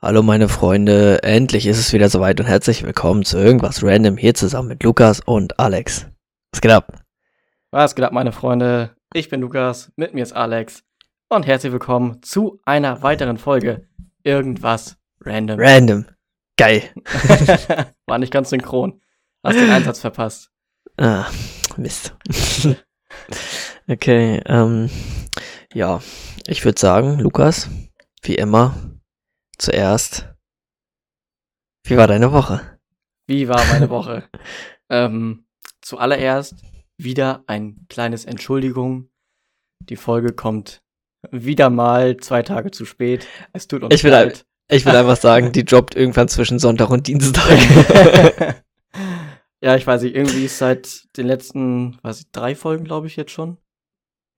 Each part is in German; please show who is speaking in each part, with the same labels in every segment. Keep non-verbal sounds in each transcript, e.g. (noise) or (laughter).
Speaker 1: Hallo meine Freunde, endlich ist es wieder soweit und herzlich willkommen zu irgendwas Random hier zusammen mit Lukas und Alex. Was geht ab?
Speaker 2: Was geht ab, meine Freunde? Ich bin Lukas, mit mir ist Alex und herzlich willkommen zu einer weiteren Folge Irgendwas Random.
Speaker 1: Random. Geil.
Speaker 2: (laughs) War nicht ganz synchron. Hast den Einsatz verpasst.
Speaker 1: Ah, (laughs) Mist. okay, ähm, ja, ich würde sagen, Lukas, wie immer, zuerst, wie war deine Woche?
Speaker 2: Wie war meine Woche? ähm, zuallererst wieder ein kleines Entschuldigung. Die Folge kommt wieder mal zwei Tage zu spät. Es tut uns
Speaker 1: Ich will
Speaker 2: leid.
Speaker 1: Ich will einfach sagen, die droppt irgendwann zwischen Sonntag und Dienstag. (laughs)
Speaker 2: (laughs) ja, ich weiß nicht, irgendwie ist seit den letzten, weiß ich, drei Folgen, glaube ich, jetzt schon.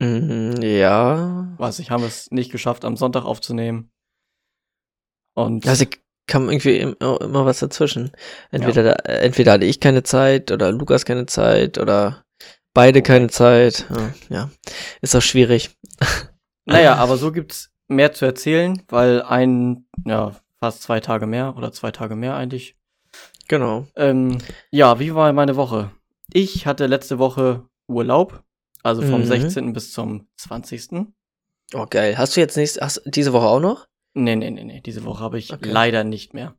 Speaker 1: Mm, ja.
Speaker 2: Weiß ich, haben wir es nicht geschafft, am Sonntag aufzunehmen. Und
Speaker 1: Also kam irgendwie im- oh, immer was dazwischen. Entweder, da, äh, entweder hatte ich keine Zeit oder Lukas keine Zeit oder
Speaker 2: Oh,
Speaker 1: beide keine Zeit. Ja, ist auch schwierig.
Speaker 2: Naja, aber so gibt's mehr zu erzählen, weil ein, ja, fast zwei Tage mehr oder zwei Tage mehr eigentlich.
Speaker 1: Genau.
Speaker 2: Ähm, ja, wie war meine Woche? Ich hatte letzte Woche Urlaub, also vom
Speaker 1: Mhm.
Speaker 2: 16. bis zum 20.
Speaker 1: Oh, geil. Hast du jetzt nächst, hast diese Woche auch noch?
Speaker 2: Nee, nee, nee, nee, diese Woche habe ich
Speaker 1: Okay.
Speaker 2: leider nicht mehr.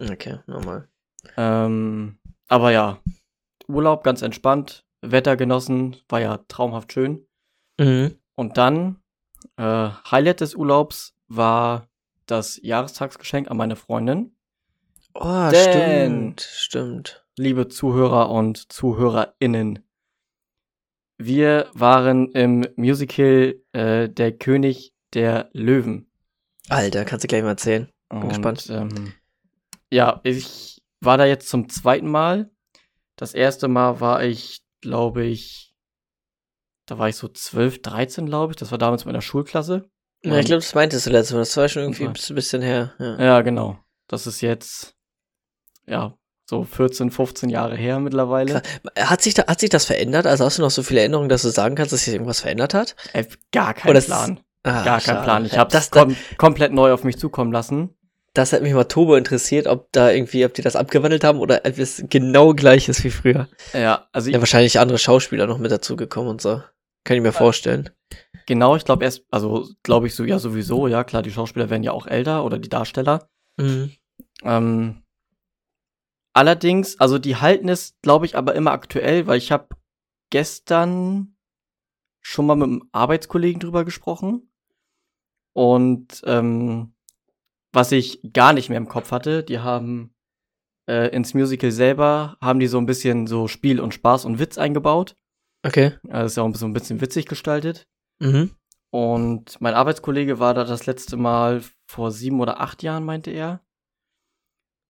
Speaker 1: Okay, nochmal.
Speaker 2: Ähm, aber ja, Urlaub ganz entspannt, Wetter genossen, war ja traumhaft schön.
Speaker 1: Mhm.
Speaker 2: Und dann, äh, Highlight des Urlaubs war das Jahrestagsgeschenk an meine Freundin.
Speaker 1: Oh,
Speaker 2: Denn-
Speaker 1: stimmt, stimmt.
Speaker 2: Liebe Zuhörer und ZuhörerInnen, wir waren im Musical äh, Der König der Löwen.
Speaker 1: Alter, kannst du gleich mal erzählen.
Speaker 2: Und,
Speaker 1: gespannt.
Speaker 2: Ähm, ja, ich war da jetzt zum zweiten Mal. Das erste Mal war ich, glaube ich, da war ich so 12, 13, glaube ich. Das war damals mit einer Schulklasse.
Speaker 1: Ja, ich glaube, das meintest du letztes Mal. Das war schon irgendwie
Speaker 2: irgendwie
Speaker 1: ein bisschen her. Ja.
Speaker 2: Ja, genau. Das ist jetzt, ja, so 14, 15 Jahre her mittlerweile.
Speaker 1: Hat, sich da, hat sich das verändert? Also hast du noch so viele Änderungen, dass du sagen kannst, dass sich irgendwas verändert hat?
Speaker 2: Ey, Äh, gar kein
Speaker 1: Oder es-
Speaker 2: Plan.
Speaker 1: Ah,
Speaker 2: Gar kein
Speaker 1: schade.
Speaker 2: Plan. Ich hab's
Speaker 1: das, das,
Speaker 2: kom komplett neu auf mich zukommen lassen.
Speaker 1: das hat mich mal turbo interessiert, ob da irgendwie, ob die das abgewandelt haben oder ob es genau gleich ist wie früher.
Speaker 2: Ja, also ich,
Speaker 1: Ja, wahrscheinlich andere Schauspieler noch mit dazugekommen und so. Kann ich mir vorstellen.
Speaker 2: genau, ich glaube erst, also glaube ich so, ja, sowieso, ja, klar, die Schauspieler werden ja auch älter oder die Darsteller.
Speaker 1: Mhm.
Speaker 2: Ähm, allerdings, also die halten es, glaube ich, aber immer aktuell, weil ich habe gestern schon mal mit einem Arbeitskollegen drüber gesprochen. Und ähm, was ich gar nicht mehr im Kopf hatte, die haben äh, ins Musical selber, haben die so ein bisschen so Spiel und Spaß und Witz eingebaut.
Speaker 1: Okay.
Speaker 2: Also ist ja auch so ein bisschen witzig gestaltet.
Speaker 1: Mhm.
Speaker 2: Und mein Arbeitskollege war da das letzte Mal vor sieben oder acht Jahren, meinte er.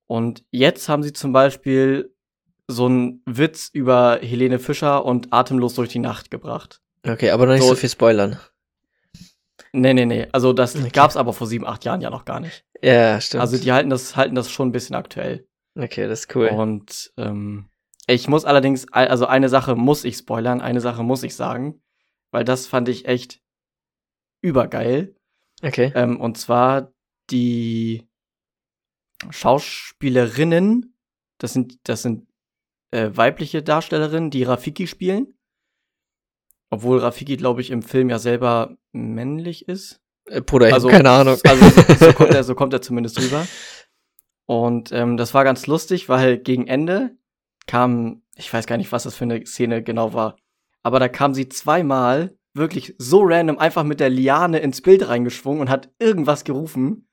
Speaker 2: Und jetzt haben sie zum Beispiel so einen Witz über Helene Fischer und Atemlos durch die Nacht gebracht.
Speaker 1: Okay, aber noch nicht so,
Speaker 2: So-
Speaker 1: viel spoilern.
Speaker 2: Nee, nee, nee. Also das
Speaker 1: Okay.
Speaker 2: gab's aber vor sieben, acht Jahren ja noch gar nicht.
Speaker 1: Ja, stimmt.
Speaker 2: Also die halten das, halten das schon ein bisschen aktuell.
Speaker 1: okay, das ist cool.
Speaker 2: Und ähm, ich muss allerdings, ei- also eine Sache muss ich spoilern, eine Sache muss ich sagen, weil das fand ich echt übergeil.
Speaker 1: Okay.
Speaker 2: Ähm, und zwar die Schauspielerinnen, das sind, das sind äh, weibliche Darstellerinnen, die Rafiki spielen. Obwohl Rafiki, glaube ich, im Film ja selber männlich ist.
Speaker 1: Äh, Bruder, ich
Speaker 2: also-
Speaker 1: hab keine Ahnung.
Speaker 2: (laughs) Also so, so, kommt, er, so kommt er zumindest rüber. Und ähm, das war ganz lustig, weil gegen Ende kam, ich weiß gar nicht, was das für eine Szene genau war, aber da kam sie zweimal wirklich so random einfach mit der Liane ins Bild reingeschwungen und hat irgendwas gerufen.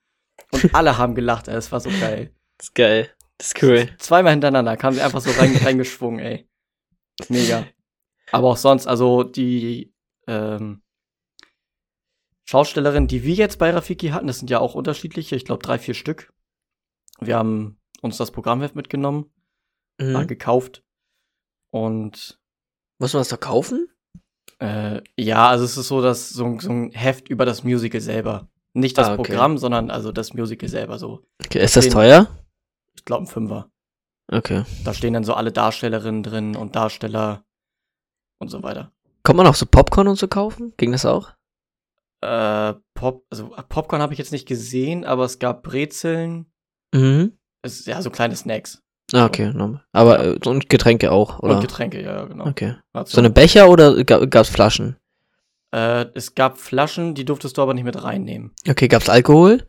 Speaker 2: Und alle haben gelacht, ey, das war so geil.
Speaker 1: das ist geil. Das ist cool.
Speaker 2: Zweimal hintereinander kam sie einfach so
Speaker 1: (laughs)
Speaker 2: rein, reingeschwungen, ey. Mega. Aber auch sonst, also die ähm, Schaustellerin, die wir jetzt bei Rafiki hatten, das sind ja auch unterschiedliche, ich glaube drei, vier Stück. Wir haben uns das Programmheft mitgenommen, äh,
Speaker 1: Mhm.
Speaker 2: gekauft. Und
Speaker 1: Muss man das doch kaufen?
Speaker 2: äh, ja, also es ist so, dass so, ein- so ein Heft über das Musical selber. Nicht das
Speaker 1: Ah, okay.
Speaker 2: Programm, sondern also das Musical selber, so,
Speaker 1: Okay, ist das
Speaker 2: Den-
Speaker 1: teuer?
Speaker 2: ich glaube ein Fünfer.
Speaker 1: Okay.
Speaker 2: Da stehen dann so alle Darstellerinnen drin und Darsteller und so weiter.
Speaker 1: Kommt man auch so Popcorn und so kaufen? Ging das auch?
Speaker 2: Äh, Pop, also Popcorn habe ich jetzt nicht gesehen, aber es gab Brezeln.
Speaker 1: Mhm.
Speaker 2: Es, ja, so kleine Snacks.
Speaker 1: Ah, okay, normal. Aber äh, und Getränke auch, oder?
Speaker 2: Und Getränke, ja, ja, genau.
Speaker 1: Okay.
Speaker 2: Also,
Speaker 1: So eine Becher oder ga- gab's Flaschen?
Speaker 2: äh, es gab Flaschen, die durftest du aber nicht mit reinnehmen.
Speaker 1: Okay, gab's Alkohol?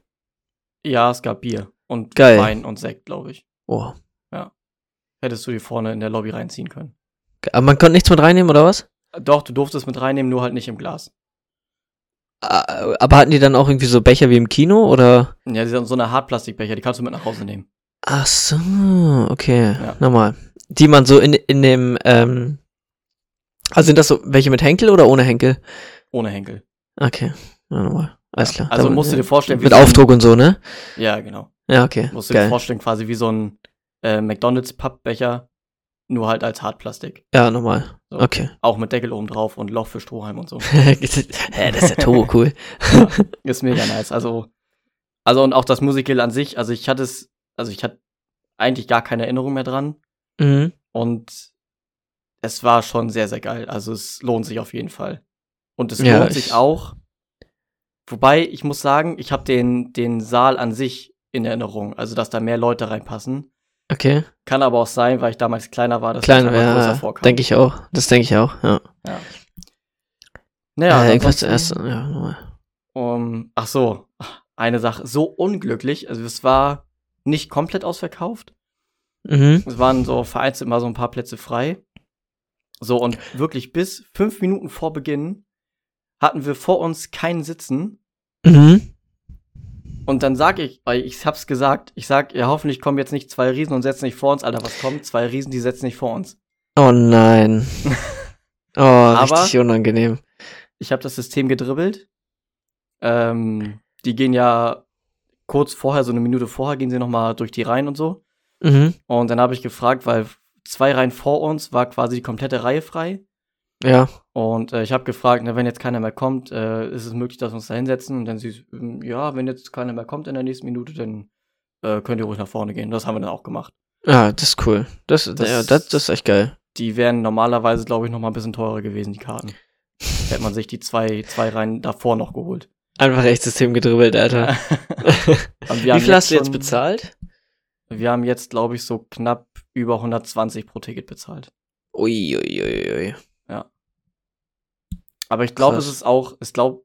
Speaker 2: Ja, es gab Bier und
Speaker 1: Geil.
Speaker 2: Wein und Sekt, glaube ich.
Speaker 1: Oh.
Speaker 2: Hättest du die vorne in der Lobby reinziehen können.
Speaker 1: Aber man konnte nichts mit reinnehmen, oder was?
Speaker 2: Äh, Doch, du durftest mit reinnehmen, nur halt nicht im Glas.
Speaker 1: Ah, Aber hatten die dann auch irgendwie so Becher wie im Kino, oder?
Speaker 2: Ja, die sind so eine Hartplastikbecher, die kannst du mit nach Hause nehmen.
Speaker 1: Ach so, okay,
Speaker 2: Ja.
Speaker 1: normal. Die man so in, in dem, ähm, also sind das so welche mit Henkel oder ohne Henkel?
Speaker 2: Ohne Henkel.
Speaker 1: Okay, ja, normal, alles klar.
Speaker 2: Also
Speaker 1: Damit-
Speaker 2: musst du dir vorstellen,
Speaker 1: Mit
Speaker 2: so ein-
Speaker 1: Aufdruck und so, ne?
Speaker 2: Ja, genau.
Speaker 1: Ja, okay,
Speaker 2: Musst du dir
Speaker 1: geil.
Speaker 2: vorstellen, quasi wie so ein äh, McDonalds-Pappbecher, nur halt als Hartplastik.
Speaker 1: Ja, normal,
Speaker 2: So.
Speaker 1: okay. (laughs)
Speaker 2: Auch mit Deckel oben drauf und Loch für Strohhalm und so.
Speaker 1: Hä, das ist ja turbo cool.
Speaker 2: Ist mega nice. Also, also und auch das Musical an sich, also ich hatte es, also ich hatte eigentlich gar keine Erinnerung mehr dran.
Speaker 1: Mhm.
Speaker 2: Und es war schon sehr, sehr geil. Also es lohnt sich auf jeden Fall. Und es
Speaker 1: Ja,
Speaker 2: lohnt
Speaker 1: ich-
Speaker 2: sich auch. Wobei, ich muss sagen, ich habe den, den Saal an sich in Erinnerung, also dass da mehr Leute reinpassen.
Speaker 1: Okay,
Speaker 2: Kann aber auch sein, weil ich damals kleiner war, dass
Speaker 1: kleiner,
Speaker 2: das aber größer
Speaker 1: ja,
Speaker 2: vorkam.
Speaker 1: denke ich auch, das denke ich auch, ja.
Speaker 2: Naja,
Speaker 1: äh, irgendwas zuerst,
Speaker 2: ansonsten,
Speaker 1: ja, normal.
Speaker 2: ähm, ach so, eine Sache, so unglücklich. Also es war nicht komplett ausverkauft.
Speaker 1: Mhm.
Speaker 2: Es waren so vereinzelt mal so ein paar Plätze frei. So, und wirklich bis fünf Minuten vor Beginn hatten wir vor uns keinen Sitzen.
Speaker 1: Mhm.
Speaker 2: Und dann sag ich, weil ich hab's gesagt, ich sag, ja, hoffentlich kommen jetzt nicht zwei Riesen und setzen nicht vor uns. Alter, was kommt? Zwei Riesen, die setzen nicht vor uns.
Speaker 1: Oh
Speaker 2: (laughs)
Speaker 1: nein. Oh, richtig unangenehm.
Speaker 2: Ich habe das System gedribbelt. Ähm, die gehen ja kurz vorher, so eine Minute vorher, gehen sie nochmal durch die Reihen und so.
Speaker 1: Mhm.
Speaker 2: Und dann habe ich gefragt, weil zwei Reihen vor uns war quasi die komplette Reihe frei.
Speaker 1: Ja.
Speaker 2: Und äh, ich habe gefragt, na, wenn jetzt keiner mehr kommt, äh, ist es möglich, dass wir uns da hinsetzen? Und dann sie, so, "Mm, ja, wenn jetzt keiner mehr kommt in der nächsten Minute, dann äh, könnt ihr ruhig nach vorne gehen. Das haben wir dann auch gemacht.
Speaker 1: Ja, das ist cool. Das, das,
Speaker 2: Das-
Speaker 1: ja, das, das ist echt geil.
Speaker 2: Die wären normalerweise, glaube ich, noch mal ein bisschen teurer gewesen, die Karten. Hätte man sich die zwei, zwei Reihen davor noch geholt.
Speaker 1: Einfach echt System gedribbelt, (laughs)
Speaker 2: (laughs)
Speaker 1: Alter.
Speaker 2: Und wir
Speaker 1: Wie
Speaker 2: haben
Speaker 1: viel hast du jetzt
Speaker 2: schon-
Speaker 1: bezahlt?
Speaker 2: Wir haben jetzt, glaube ich, so knapp über 120 pro Ticket bezahlt.
Speaker 1: Ui, ui, ui, ui.
Speaker 2: Aber ich glaube,
Speaker 1: Krass.
Speaker 2: es ist auch, ich glaube,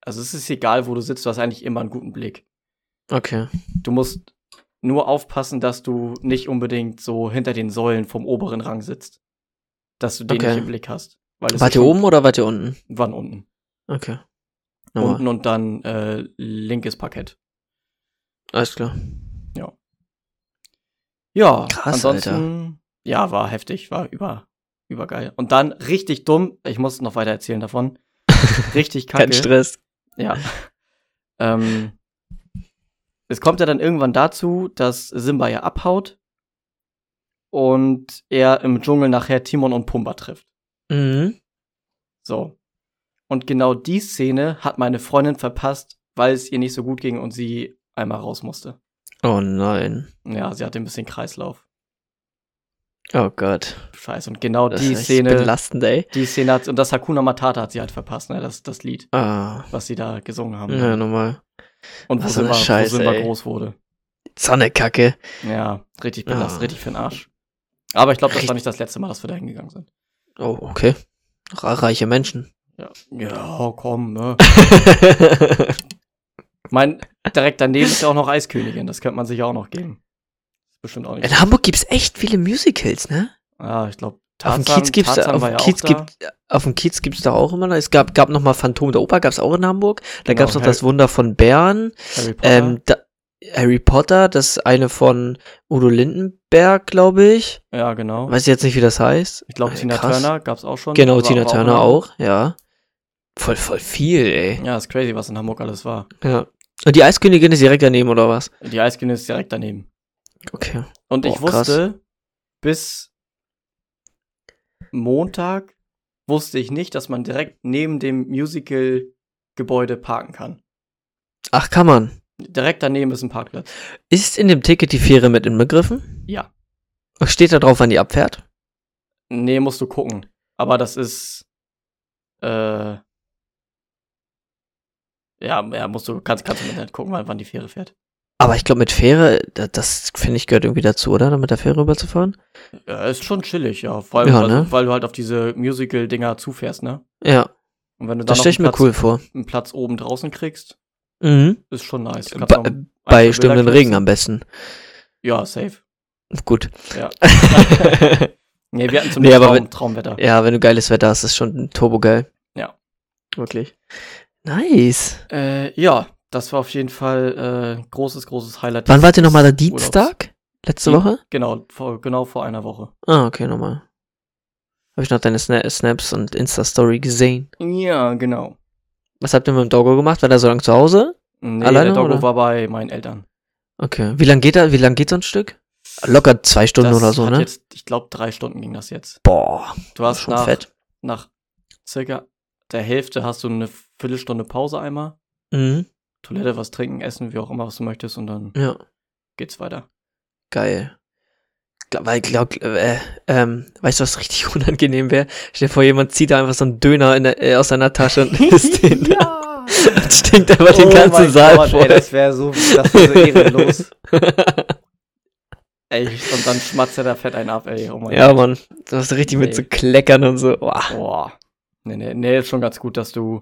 Speaker 2: also es ist egal, wo du sitzt, du hast eigentlich immer einen guten Blick.
Speaker 1: Okay.
Speaker 2: Du musst nur aufpassen, dass du nicht unbedingt so hinter den Säulen vom oberen Rang sitzt. Dass du den
Speaker 1: Okay.
Speaker 2: nicht im Blick hast. Weil es
Speaker 1: Wart
Speaker 2: ist
Speaker 1: ihr
Speaker 2: schon-
Speaker 1: oben oder wart ihr unten?
Speaker 2: Wann unten?
Speaker 1: Okay. Nochmal.
Speaker 2: Unten und dann äh, linkes Parkett.
Speaker 1: Alles klar.
Speaker 2: Ja,
Speaker 1: Krass,
Speaker 2: ansonsten, ja, war heftig, war über, übergeil. Und dann richtig dumm, ich muss noch weiter
Speaker 1: (laughs)
Speaker 2: erzählen davon. Richtig kacke.
Speaker 1: Kein Stress.
Speaker 2: Ja. ähm, es kommt ja dann irgendwann dazu, dass Simba ja abhaut und er im Dschungel nachher Timon und Pumba trifft.
Speaker 1: Mhm.
Speaker 2: So. Und genau die Szene hat meine Freundin verpasst, weil es ihr nicht so gut ging und sie einmal raus musste.
Speaker 1: Oh nein.
Speaker 2: Ja, sie hatte ein bisschen Kreislauf.
Speaker 1: Oh Gott.
Speaker 2: Scheiße. Und genau
Speaker 1: Das
Speaker 2: die
Speaker 1: ist echt
Speaker 2: Szene,
Speaker 1: belastend, ey.
Speaker 2: die Szene hat, und das Hakuna Matata hat sie halt verpasst, ne? Das, das Lied,
Speaker 1: Ah.
Speaker 2: was sie da gesungen haben.
Speaker 1: Ja, normal.
Speaker 2: und wo
Speaker 1: was für eine
Speaker 2: Simba,
Speaker 1: Scheiße,
Speaker 2: wo Simba
Speaker 1: ey.
Speaker 2: groß wurde.
Speaker 1: So eine Kacke.
Speaker 2: Ja, richtig belastet,
Speaker 1: Ah.
Speaker 2: richtig für den Arsch. Aber ich glaube, das
Speaker 1: Richtig-
Speaker 2: war nicht das letzte Mal, dass wir da hingegangen sind.
Speaker 1: Oh, okay. Ra- Reiche
Speaker 2: (laughs)
Speaker 1: Menschen.
Speaker 2: Ja, ja komm, ne. mein, direkt daneben ist ja auch noch Eiskönigin, das könnte man sich ja auch noch geben. Bestimmt auch nicht.
Speaker 1: In Hamburg gibt's echt viele Musicals, ne?
Speaker 2: Ja, ich glaube,
Speaker 1: Auf dem Kiez gibt's da, auf dem Kiez gibt, auf dem Kiez gibt's da auch immer noch. Es gab, gab noch mal Phantom der Oper, gab's auch in Hamburg. Da
Speaker 2: Genau,
Speaker 1: gab's noch
Speaker 2: Harry-
Speaker 1: das Wunder von Bern.
Speaker 2: Harry Potter.
Speaker 1: Ähm, da, Harry Potter, das ist eine von Udo Lindenberg, glaube ich.
Speaker 2: ja, genau.
Speaker 1: Weiß ich jetzt nicht, wie das heißt.
Speaker 2: Ich glaube,
Speaker 1: Äh,
Speaker 2: Tina
Speaker 1: krass.
Speaker 2: Turner gab's auch schon.
Speaker 1: Genau,
Speaker 2: War-
Speaker 1: Tina
Speaker 2: war
Speaker 1: Turner
Speaker 2: in Hamburg.
Speaker 1: auch, ja. Voll, voll viel, ey.
Speaker 2: Ja, ist crazy, was in Hamburg alles war.
Speaker 1: Ja. Und die Eiskönigin ist direkt daneben, oder was?
Speaker 2: Die Eiskönigin ist direkt daneben.
Speaker 1: Okay.
Speaker 2: Und ich
Speaker 1: Boah, krass.
Speaker 2: wusste, bis Montag wusste ich nicht, dass man direkt neben dem Musical-Gebäude parken kann.
Speaker 1: Ach, kann man.
Speaker 2: Direkt daneben ist ein Parkplatz.
Speaker 1: Ist in dem Ticket die Fähre mit inbegriffen?
Speaker 2: Ja.
Speaker 1: Steht da drauf, wann die abfährt?
Speaker 2: Nee, musst du gucken. Aber das ist. Äh, Ja, ja, musst du, kannst, kannst du im Internet gucken, wann wann die Fähre fährt.
Speaker 1: Aber ich glaube, mit Fähre, da- das finde ich gehört irgendwie dazu, oder? Da mit der Fähre rüberzufahren?
Speaker 2: Ja, ist schon chillig, ja. Vor allem,
Speaker 1: Ja,
Speaker 2: weil,
Speaker 1: ne?
Speaker 2: weil du halt auf diese Musical-Dinger zufährst, ne?
Speaker 1: Ja,
Speaker 2: Und wenn du dann
Speaker 1: das
Speaker 2: noch
Speaker 1: stelle ich
Speaker 2: einen
Speaker 1: mir
Speaker 2: Platz,
Speaker 1: cool vor.
Speaker 2: einen Platz oben draußen kriegst,
Speaker 1: Mhm.
Speaker 2: ist schon nice. Du kannst
Speaker 1: äh, Bei,
Speaker 2: noch ein,
Speaker 1: bei
Speaker 2: zwei Bilder
Speaker 1: stürmenden
Speaker 2: knipsen.
Speaker 1: Regen am besten.
Speaker 2: Ja, safe. (laughs)
Speaker 1: Gut. (laughs)
Speaker 2: Ja. nee, wir hatten zum
Speaker 1: Nee, aber
Speaker 2: Traum,
Speaker 1: wenn-
Speaker 2: Traumwetter.
Speaker 1: ja, wenn du geiles Wetter hast, ist schon turbogeil.
Speaker 2: Ja.
Speaker 1: Wirklich. Nice.
Speaker 2: Äh, ja, das war auf jeden Fall äh, großes, großes Highlight.
Speaker 1: Wann wart ihr
Speaker 2: des
Speaker 1: nochmal da?
Speaker 2: Urlaubs.
Speaker 1: Dienstag? Letzte
Speaker 2: Die-
Speaker 1: Woche?
Speaker 2: Genau, vor, genau vor einer Woche.
Speaker 1: Ah, okay, nochmal. Habe ich noch deine Sna Snaps und Insta-Story gesehen.
Speaker 2: Ja, genau.
Speaker 1: Was habt ihr mit dem Doggo gemacht? War der so lang zu Hause?
Speaker 2: Nee,
Speaker 1: Alleine,
Speaker 2: der Doggo
Speaker 1: oder?
Speaker 2: war bei meinen Eltern.
Speaker 1: Okay. Wie lang geht da, wie lang geht so ein Stück? Locker zwei Stunden
Speaker 2: das
Speaker 1: oder so,
Speaker 2: hat
Speaker 1: ne?
Speaker 2: Jetzt, ich glaube, drei Stunden ging das jetzt.
Speaker 1: Boah,
Speaker 2: Du hast
Speaker 1: schon
Speaker 2: nach,
Speaker 1: fett.
Speaker 2: nach circa der Hälfte hast du eine Viertelstunde Pause einmal.
Speaker 1: Mhm.
Speaker 2: Toilette, was trinken, essen, wie auch immer, was du möchtest, und dann
Speaker 1: Ja. (laughs)
Speaker 2: geht's weiter.
Speaker 1: Geil. Gla- Weil, glaub, äh, ähm, weißt du, was richtig (laughs) unangenehm wäre? Stell dir vor, jemand zieht da einfach so einen Döner in der, äh, aus seiner Tasche (laughs) und isst
Speaker 2: (laughs)
Speaker 1: den.
Speaker 2: ja!
Speaker 1: Und stinkt einfach den ganzen Saal voll.
Speaker 2: Oh ey, das wäre so, das wäre so ehrenlos.
Speaker 1: (laughs)
Speaker 2: ey, und dann schmatzt er da fett einen ab, ey. Oh mein
Speaker 1: ja, Mann. Du hast richtig mit
Speaker 2: Nee.
Speaker 1: so Kleckern und so. Boah.
Speaker 2: Boah. Nee, nee, nee, ist schon ganz gut, dass du.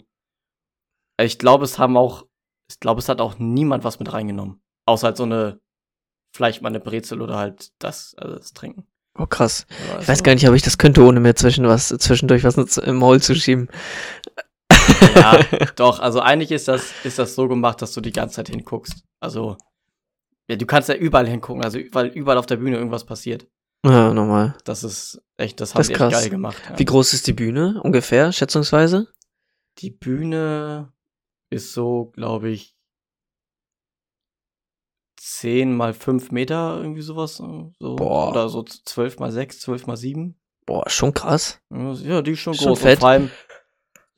Speaker 2: äh, Ich glaube, es haben auch. Ich glaube, es hat auch niemand was mit reingenommen. Außer halt so eine. Vielleicht mal eine Brezel oder halt das, also das Trinken.
Speaker 1: Oh, krass.
Speaker 2: Aber
Speaker 1: Ich weiß gar nicht, ob ich das könnte, ohne mir zwischen was, zwischendurch was ins- im Maul zu schieben.
Speaker 2: Ja,
Speaker 1: (laughs)
Speaker 2: doch. Also eigentlich ist das, ist das so gemacht, dass du die ganze Zeit hinguckst. Also. Ja, du kannst ja überall hingucken, also weil überall auf der Bühne irgendwas passiert.
Speaker 1: Ja, nochmal.
Speaker 2: Das ist echt, das haben
Speaker 1: Das
Speaker 2: sie
Speaker 1: ist
Speaker 2: echt
Speaker 1: krass.
Speaker 2: geil gemacht. Ja.
Speaker 1: Wie groß ist die Bühne ungefähr, schätzungsweise?
Speaker 2: Die Bühne ist so, glaube ich, 10 mal 5 Meter, irgendwie sowas. äh, So.
Speaker 1: Boah.
Speaker 2: Oder so 12 mal 6, 12 mal 7.
Speaker 1: Boah, schon krass.
Speaker 2: Ja, die ist schon
Speaker 1: Schon
Speaker 2: groß.
Speaker 1: fett.
Speaker 2: Und vor allem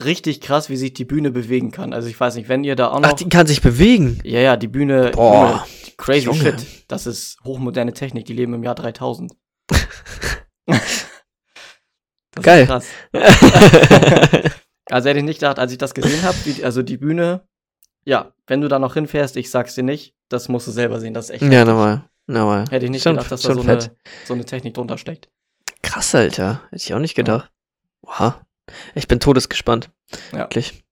Speaker 2: richtig krass, wie sich die Bühne bewegen kann. Also ich weiß nicht, wenn ihr da auch noch.
Speaker 1: Ach, die kann sich bewegen.
Speaker 2: ja, ja, die Bühne.
Speaker 1: (laughs) Boah.
Speaker 2: Junge, die crazy
Speaker 1: Junge.
Speaker 2: shit. Das ist hochmoderne Technik. Die leben im
Speaker 1: (laughs)
Speaker 2: Jahr 3000. Das
Speaker 1: Geil.
Speaker 2: krass. Also hätte ich nicht gedacht, als ich das gesehen habe, also die Bühne, ja, wenn du da noch hinfährst, ich sag's dir nicht, das musst du selber sehen, das ist echt.
Speaker 1: ja, nochmal. Nochmal.
Speaker 2: Hätte ich nicht
Speaker 1: schon-
Speaker 2: gedacht, dass da
Speaker 1: schon
Speaker 2: so eine,
Speaker 1: fett.
Speaker 2: so eine Technik drunter steckt.
Speaker 1: Krass, Alter. Hätte ich auch nicht gedacht. Oha. Ich bin todesgespannt.
Speaker 2: Ja.
Speaker 1: Wirklich.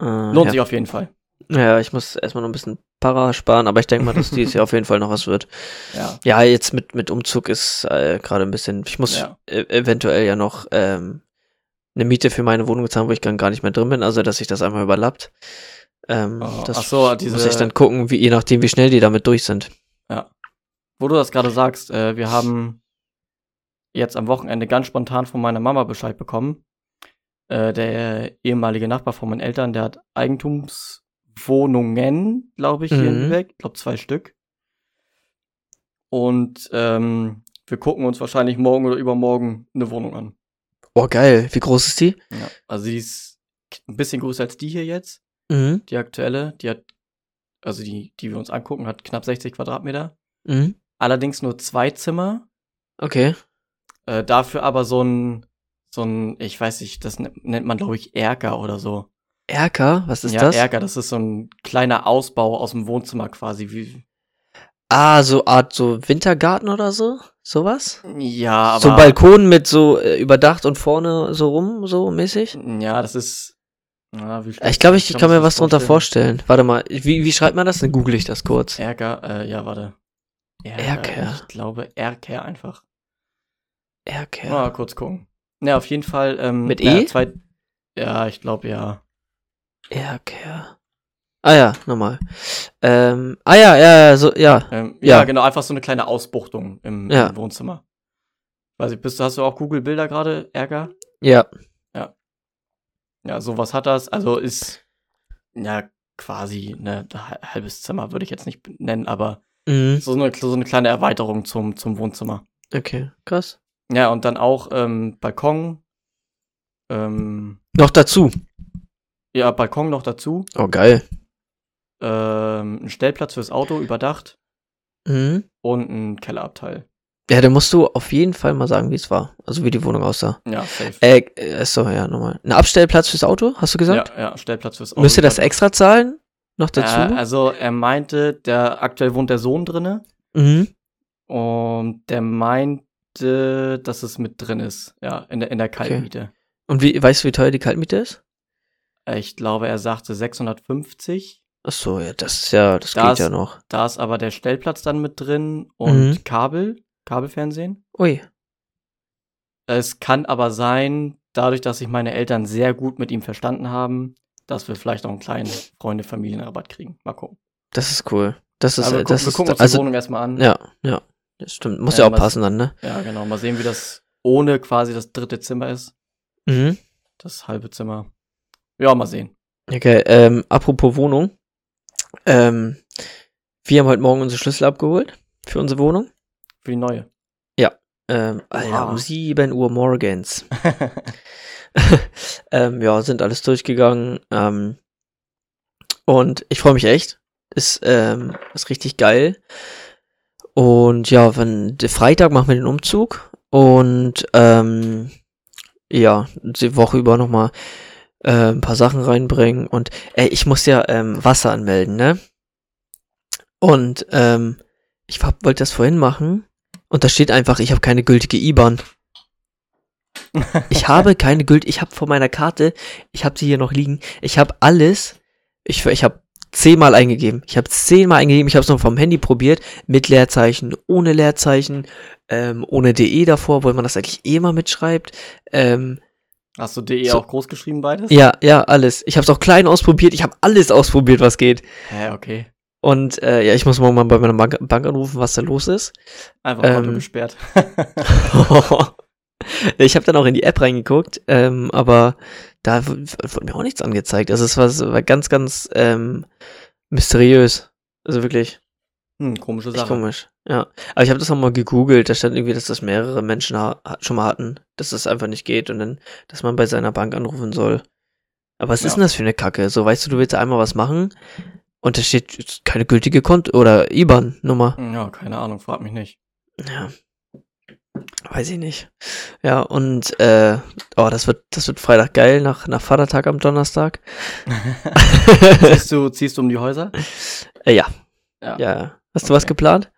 Speaker 1: Äh,
Speaker 2: Lohnt
Speaker 1: ja.
Speaker 2: sich auf jeden Fall.
Speaker 1: ja, ich muss erstmal noch ein bisschen Para sparen, aber ich denke mal, dass
Speaker 2: (laughs)
Speaker 1: dieses Jahr auf jeden Fall noch was wird.
Speaker 2: Ja.
Speaker 1: Ja, jetzt mit, mit Umzug ist äh, gerade ein bisschen. Ich muss
Speaker 2: Ja.
Speaker 1: e- eventuell ja noch ähm, eine Miete für meine Wohnung zahlen, wo ich dann gar nicht mehr drin bin, also dass sich das einmal überlappt. Ähm,
Speaker 2: Oh,
Speaker 1: das
Speaker 2: ach so, diese-
Speaker 1: muss ich dann gucken, wie, je nachdem, wie schnell die damit durch sind.
Speaker 2: Wo du das gerade sagst, äh, wir haben jetzt am Wochenende ganz spontan von meiner Mama Bescheid bekommen. Äh, der ehemalige Nachbar von meinen Eltern, der hat Eigentumswohnungen, glaube ich, hier
Speaker 1: Mhm.
Speaker 2: in Lübeck. Ich glaube, zwei Stück. Und ähm, wir gucken uns wahrscheinlich morgen oder übermorgen eine Wohnung an.
Speaker 1: Oh, geil. Wie groß ist die?
Speaker 2: Ja. Also die ist ein bisschen größer als die hier jetzt,
Speaker 1: Mhm.
Speaker 2: die aktuelle. Die hat, also die, die wir uns angucken, hat knapp 60 Quadratmeter.
Speaker 1: Mhm.
Speaker 2: Allerdings nur zwei Zimmer.
Speaker 1: Okay.
Speaker 2: Äh, dafür aber so ein, so ein, ich weiß nicht, das nen- nennt man, glaube ich, Erker oder so.
Speaker 1: Erker, was ist
Speaker 2: ja,
Speaker 1: das?
Speaker 2: Erker, das ist so ein kleiner Ausbau aus dem Wohnzimmer quasi. Wie,
Speaker 1: Ah, so Art so Wintergarten oder so? Sowas?
Speaker 2: ja, aber.
Speaker 1: so ein Balkon mit so äh, überdacht und vorne so rum, so mäßig?
Speaker 2: Ja, das ist. Ja, wie
Speaker 1: Ich glaube, ich, ich kann mir
Speaker 2: das
Speaker 1: was drunter vorstellen. Warte mal, wie, wie schreibt man das? Dann google ich das kurz.
Speaker 2: Erker, äh, ja, warte.
Speaker 1: Erker.
Speaker 2: Ich glaube, Erker einfach.
Speaker 1: Erker.
Speaker 2: Mal kurz gucken. Ja, auf jeden Fall. Ähm,
Speaker 1: Mit
Speaker 2: ja,
Speaker 1: E?
Speaker 2: Zwei, ja, ich glaube, ja.
Speaker 1: Erker. Ah ja, nochmal. Ähm, ah ja, ja, ja, so, ja.
Speaker 2: Ähm,
Speaker 1: Ja.
Speaker 2: ja. genau, einfach so eine kleine Ausbuchtung im,
Speaker 1: Ja.
Speaker 2: im Wohnzimmer. Weiß ich, bist du, hast du auch Google-Bilder gerade, Erker?
Speaker 1: Ja.
Speaker 2: Ja, sowas hat das. Also ist ja quasi ne, ein halbes Zimmer, würde ich jetzt nicht nennen, aber
Speaker 1: Mhm.
Speaker 2: so eine, so eine kleine Erweiterung zum, zum Wohnzimmer.
Speaker 1: Okay, krass.
Speaker 2: Ja, und dann auch ähm, Balkon. Ähm,
Speaker 1: Noch dazu.
Speaker 2: ja, Balkon noch dazu.
Speaker 1: Oh, geil.
Speaker 2: Ähm, ein Stellplatz fürs Auto überdacht
Speaker 1: Mhm.
Speaker 2: und ein Kellerabteil.
Speaker 1: Ja, da musst du auf jeden Fall mal sagen, wie es war. Also wie die Wohnung aussah.
Speaker 2: Ja, safe.
Speaker 1: Äh, äh, so, ja, nochmal. Ein Abstellplatz fürs Auto, hast du gesagt?
Speaker 2: ja, ja, Stellplatz fürs
Speaker 1: Müsst ihr das extra zahlen? Noch dazu?
Speaker 2: Äh, also er meinte, der aktuell wohnt der Sohn drinne
Speaker 1: mhm.
Speaker 2: und der meinte, dass es mit drin ist, ja, in der, in der Kaltmiete.
Speaker 1: Und wie, weißt du, wie teuer die Kaltmiete ist?
Speaker 2: Äh, Ich glaube, er sagte 650.
Speaker 1: Ach so, ja, das ist ja, das,
Speaker 2: Das-
Speaker 1: geht ja noch.
Speaker 2: Da ist aber der Stellplatz dann mit drin und
Speaker 1: Mhm.
Speaker 2: Kabel, Kabelfernsehen.
Speaker 1: Ui.
Speaker 2: Es kann aber sein, dadurch, dass sich meine Eltern sehr gut mit ihm verstanden haben, dass wir vielleicht noch einen kleinen Freunde-Familienrabatt kriegen. Mal gucken.
Speaker 1: Das ist cool. Das ist,
Speaker 2: Aber wir,
Speaker 1: äh, das
Speaker 2: gucken, wir gucken
Speaker 1: ist,
Speaker 2: uns die
Speaker 1: also,
Speaker 2: Wohnung erstmal an.
Speaker 1: ja, ja. Das stimmt. Muss
Speaker 2: Ja,
Speaker 1: ja auch
Speaker 2: was-
Speaker 1: passen dann, ne?
Speaker 2: ja, genau. Mal sehen, wie das ohne quasi das dritte Zimmer ist.
Speaker 1: Mhm.
Speaker 2: Das halbe Zimmer. Ja, mal sehen.
Speaker 1: Okay, ähm, apropos Wohnung. Ähm, wir haben heute Morgen unsere Schlüssel abgeholt für unsere Wohnung.
Speaker 2: Für die neue.
Speaker 1: Ähm, Alter,
Speaker 2: Oha.
Speaker 1: um 7 Uhr morgens. (laughs) ähm, ja, sind alles durchgegangen. Ähm, und ich freue mich echt. Ist, ähm, ist richtig geil. Und ja, wenn der Freitag machen wir den Umzug. Und ähm, ja, die Woche über nochmal äh, ein paar Sachen reinbringen. Und ey, ich muss ja ähm, Wasser anmelden, ne? Und ähm, ich hab- wollte das vorhin machen. Und da steht einfach, ich habe keine gültige IBAN. Ich habe keine gültige, ich habe vor meiner Karte, ich habe sie hier noch liegen, ich habe alles, ich, ich habe zehnmal eingegeben, ich habe zehnmal eingegeben, ich habe es noch vom Handy probiert, mit Leerzeichen, ohne Leerzeichen, ähm, ohne DE davor, wo man das eigentlich eh mal mitschreibt. Ähm,
Speaker 2: Hast du DE
Speaker 1: So.
Speaker 2: auch groß geschrieben beides?
Speaker 1: ja, ja, alles. Ich habe es auch klein ausprobiert, ich habe alles ausprobiert, was geht.
Speaker 2: Hä, okay.
Speaker 1: Und äh, ja, ich muss morgen mal bei meiner Bank, Bank anrufen, was da los ist.
Speaker 2: Einfach
Speaker 1: Ähm.
Speaker 2: Konto gesperrt. (laughs)
Speaker 1: ich habe dann auch in die App reingeguckt, ähm, aber da w- w- wurde mir auch nichts angezeigt. Also es war, es war ganz, ganz ähm, mysteriös. Also wirklich
Speaker 2: Hm, komische
Speaker 1: echt
Speaker 2: Sache.
Speaker 1: komisch. Ja. Aber ich habe das nochmal gegoogelt. Da stand irgendwie, dass das mehrere Menschen ha ha- schon mal hatten, dass das einfach nicht geht und dann, dass man bei seiner Bank anrufen soll. Aber was
Speaker 2: Ja.
Speaker 1: ist denn das für eine Kacke? So, weißt du, du willst einmal was machen und da steht jetzt keine gültige Konto- oder IBAN-Nummer.
Speaker 2: Ja, keine Ahnung, frag mich nicht.
Speaker 1: Ja. Weiß ich nicht. Ja, und äh, oh, das wird, das wird Freitag geil, nach, nach Vatertag am
Speaker 2: (laughs)
Speaker 1: Donnerstag.
Speaker 2: ziehst, du, ziehst du um die Häuser?
Speaker 1: Äh, ja.
Speaker 2: Ja.
Speaker 1: ja. Hast du was
Speaker 2: Okay.
Speaker 1: geplant?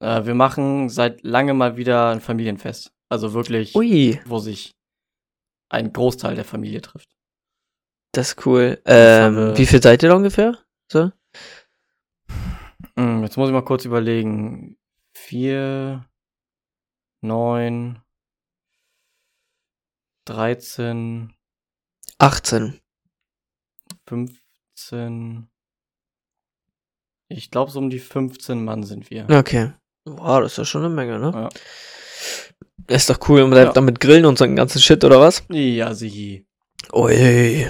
Speaker 2: Äh, wir machen seit lange mal wieder ein Familienfest. Also wirklich,
Speaker 1: Ui,
Speaker 2: wo sich ein Großteil der Familie trifft.
Speaker 1: das ist cool. Ähm,
Speaker 2: haben wir-
Speaker 1: wie viel seid ihr da ungefähr? So?
Speaker 2: Hm, jetzt muss ich mal kurz überlegen. Vier, neun, 13,
Speaker 1: 18.
Speaker 2: 15. Ich glaube, so um die 15 Mann sind wir.
Speaker 1: Okay. Wow, das ist ja schon eine Menge, ne?
Speaker 2: Ja.
Speaker 1: Ist doch cool, und dann
Speaker 2: Ja.
Speaker 1: damit grillen und so einen ganzen Shit oder was?
Speaker 2: Ja, sie.
Speaker 1: Ui, geil.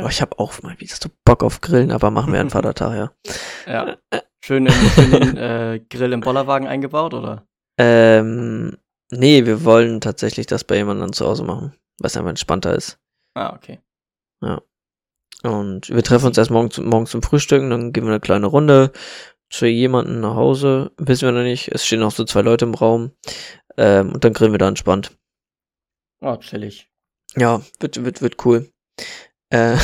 Speaker 2: Ja.
Speaker 1: Oh, ich habe auch mal wieder so Bock auf Grillen, aber machen wir
Speaker 2: (laughs)
Speaker 1: an Vatertag, ja.
Speaker 2: Ja. (laughs) Schön im,
Speaker 1: (laughs)
Speaker 2: schön den, äh, Grill im Bollerwagen eingebaut, oder?
Speaker 1: Ähm, nee, wir wollen tatsächlich das bei jemandem zu Hause machen, was einfach entspannter ist.
Speaker 2: Ah, okay.
Speaker 1: Und wir treffen uns erst morgen, zu, morgen zum Frühstücken, dann gehen wir eine kleine Runde zu jemandem nach Hause. Wissen wir noch nicht, es stehen noch so zwei Leute im Raum. Ähm, und dann grillen wir da entspannt.
Speaker 2: Oh, chillig.
Speaker 1: Ja, wird, wird, wird cool. Äh,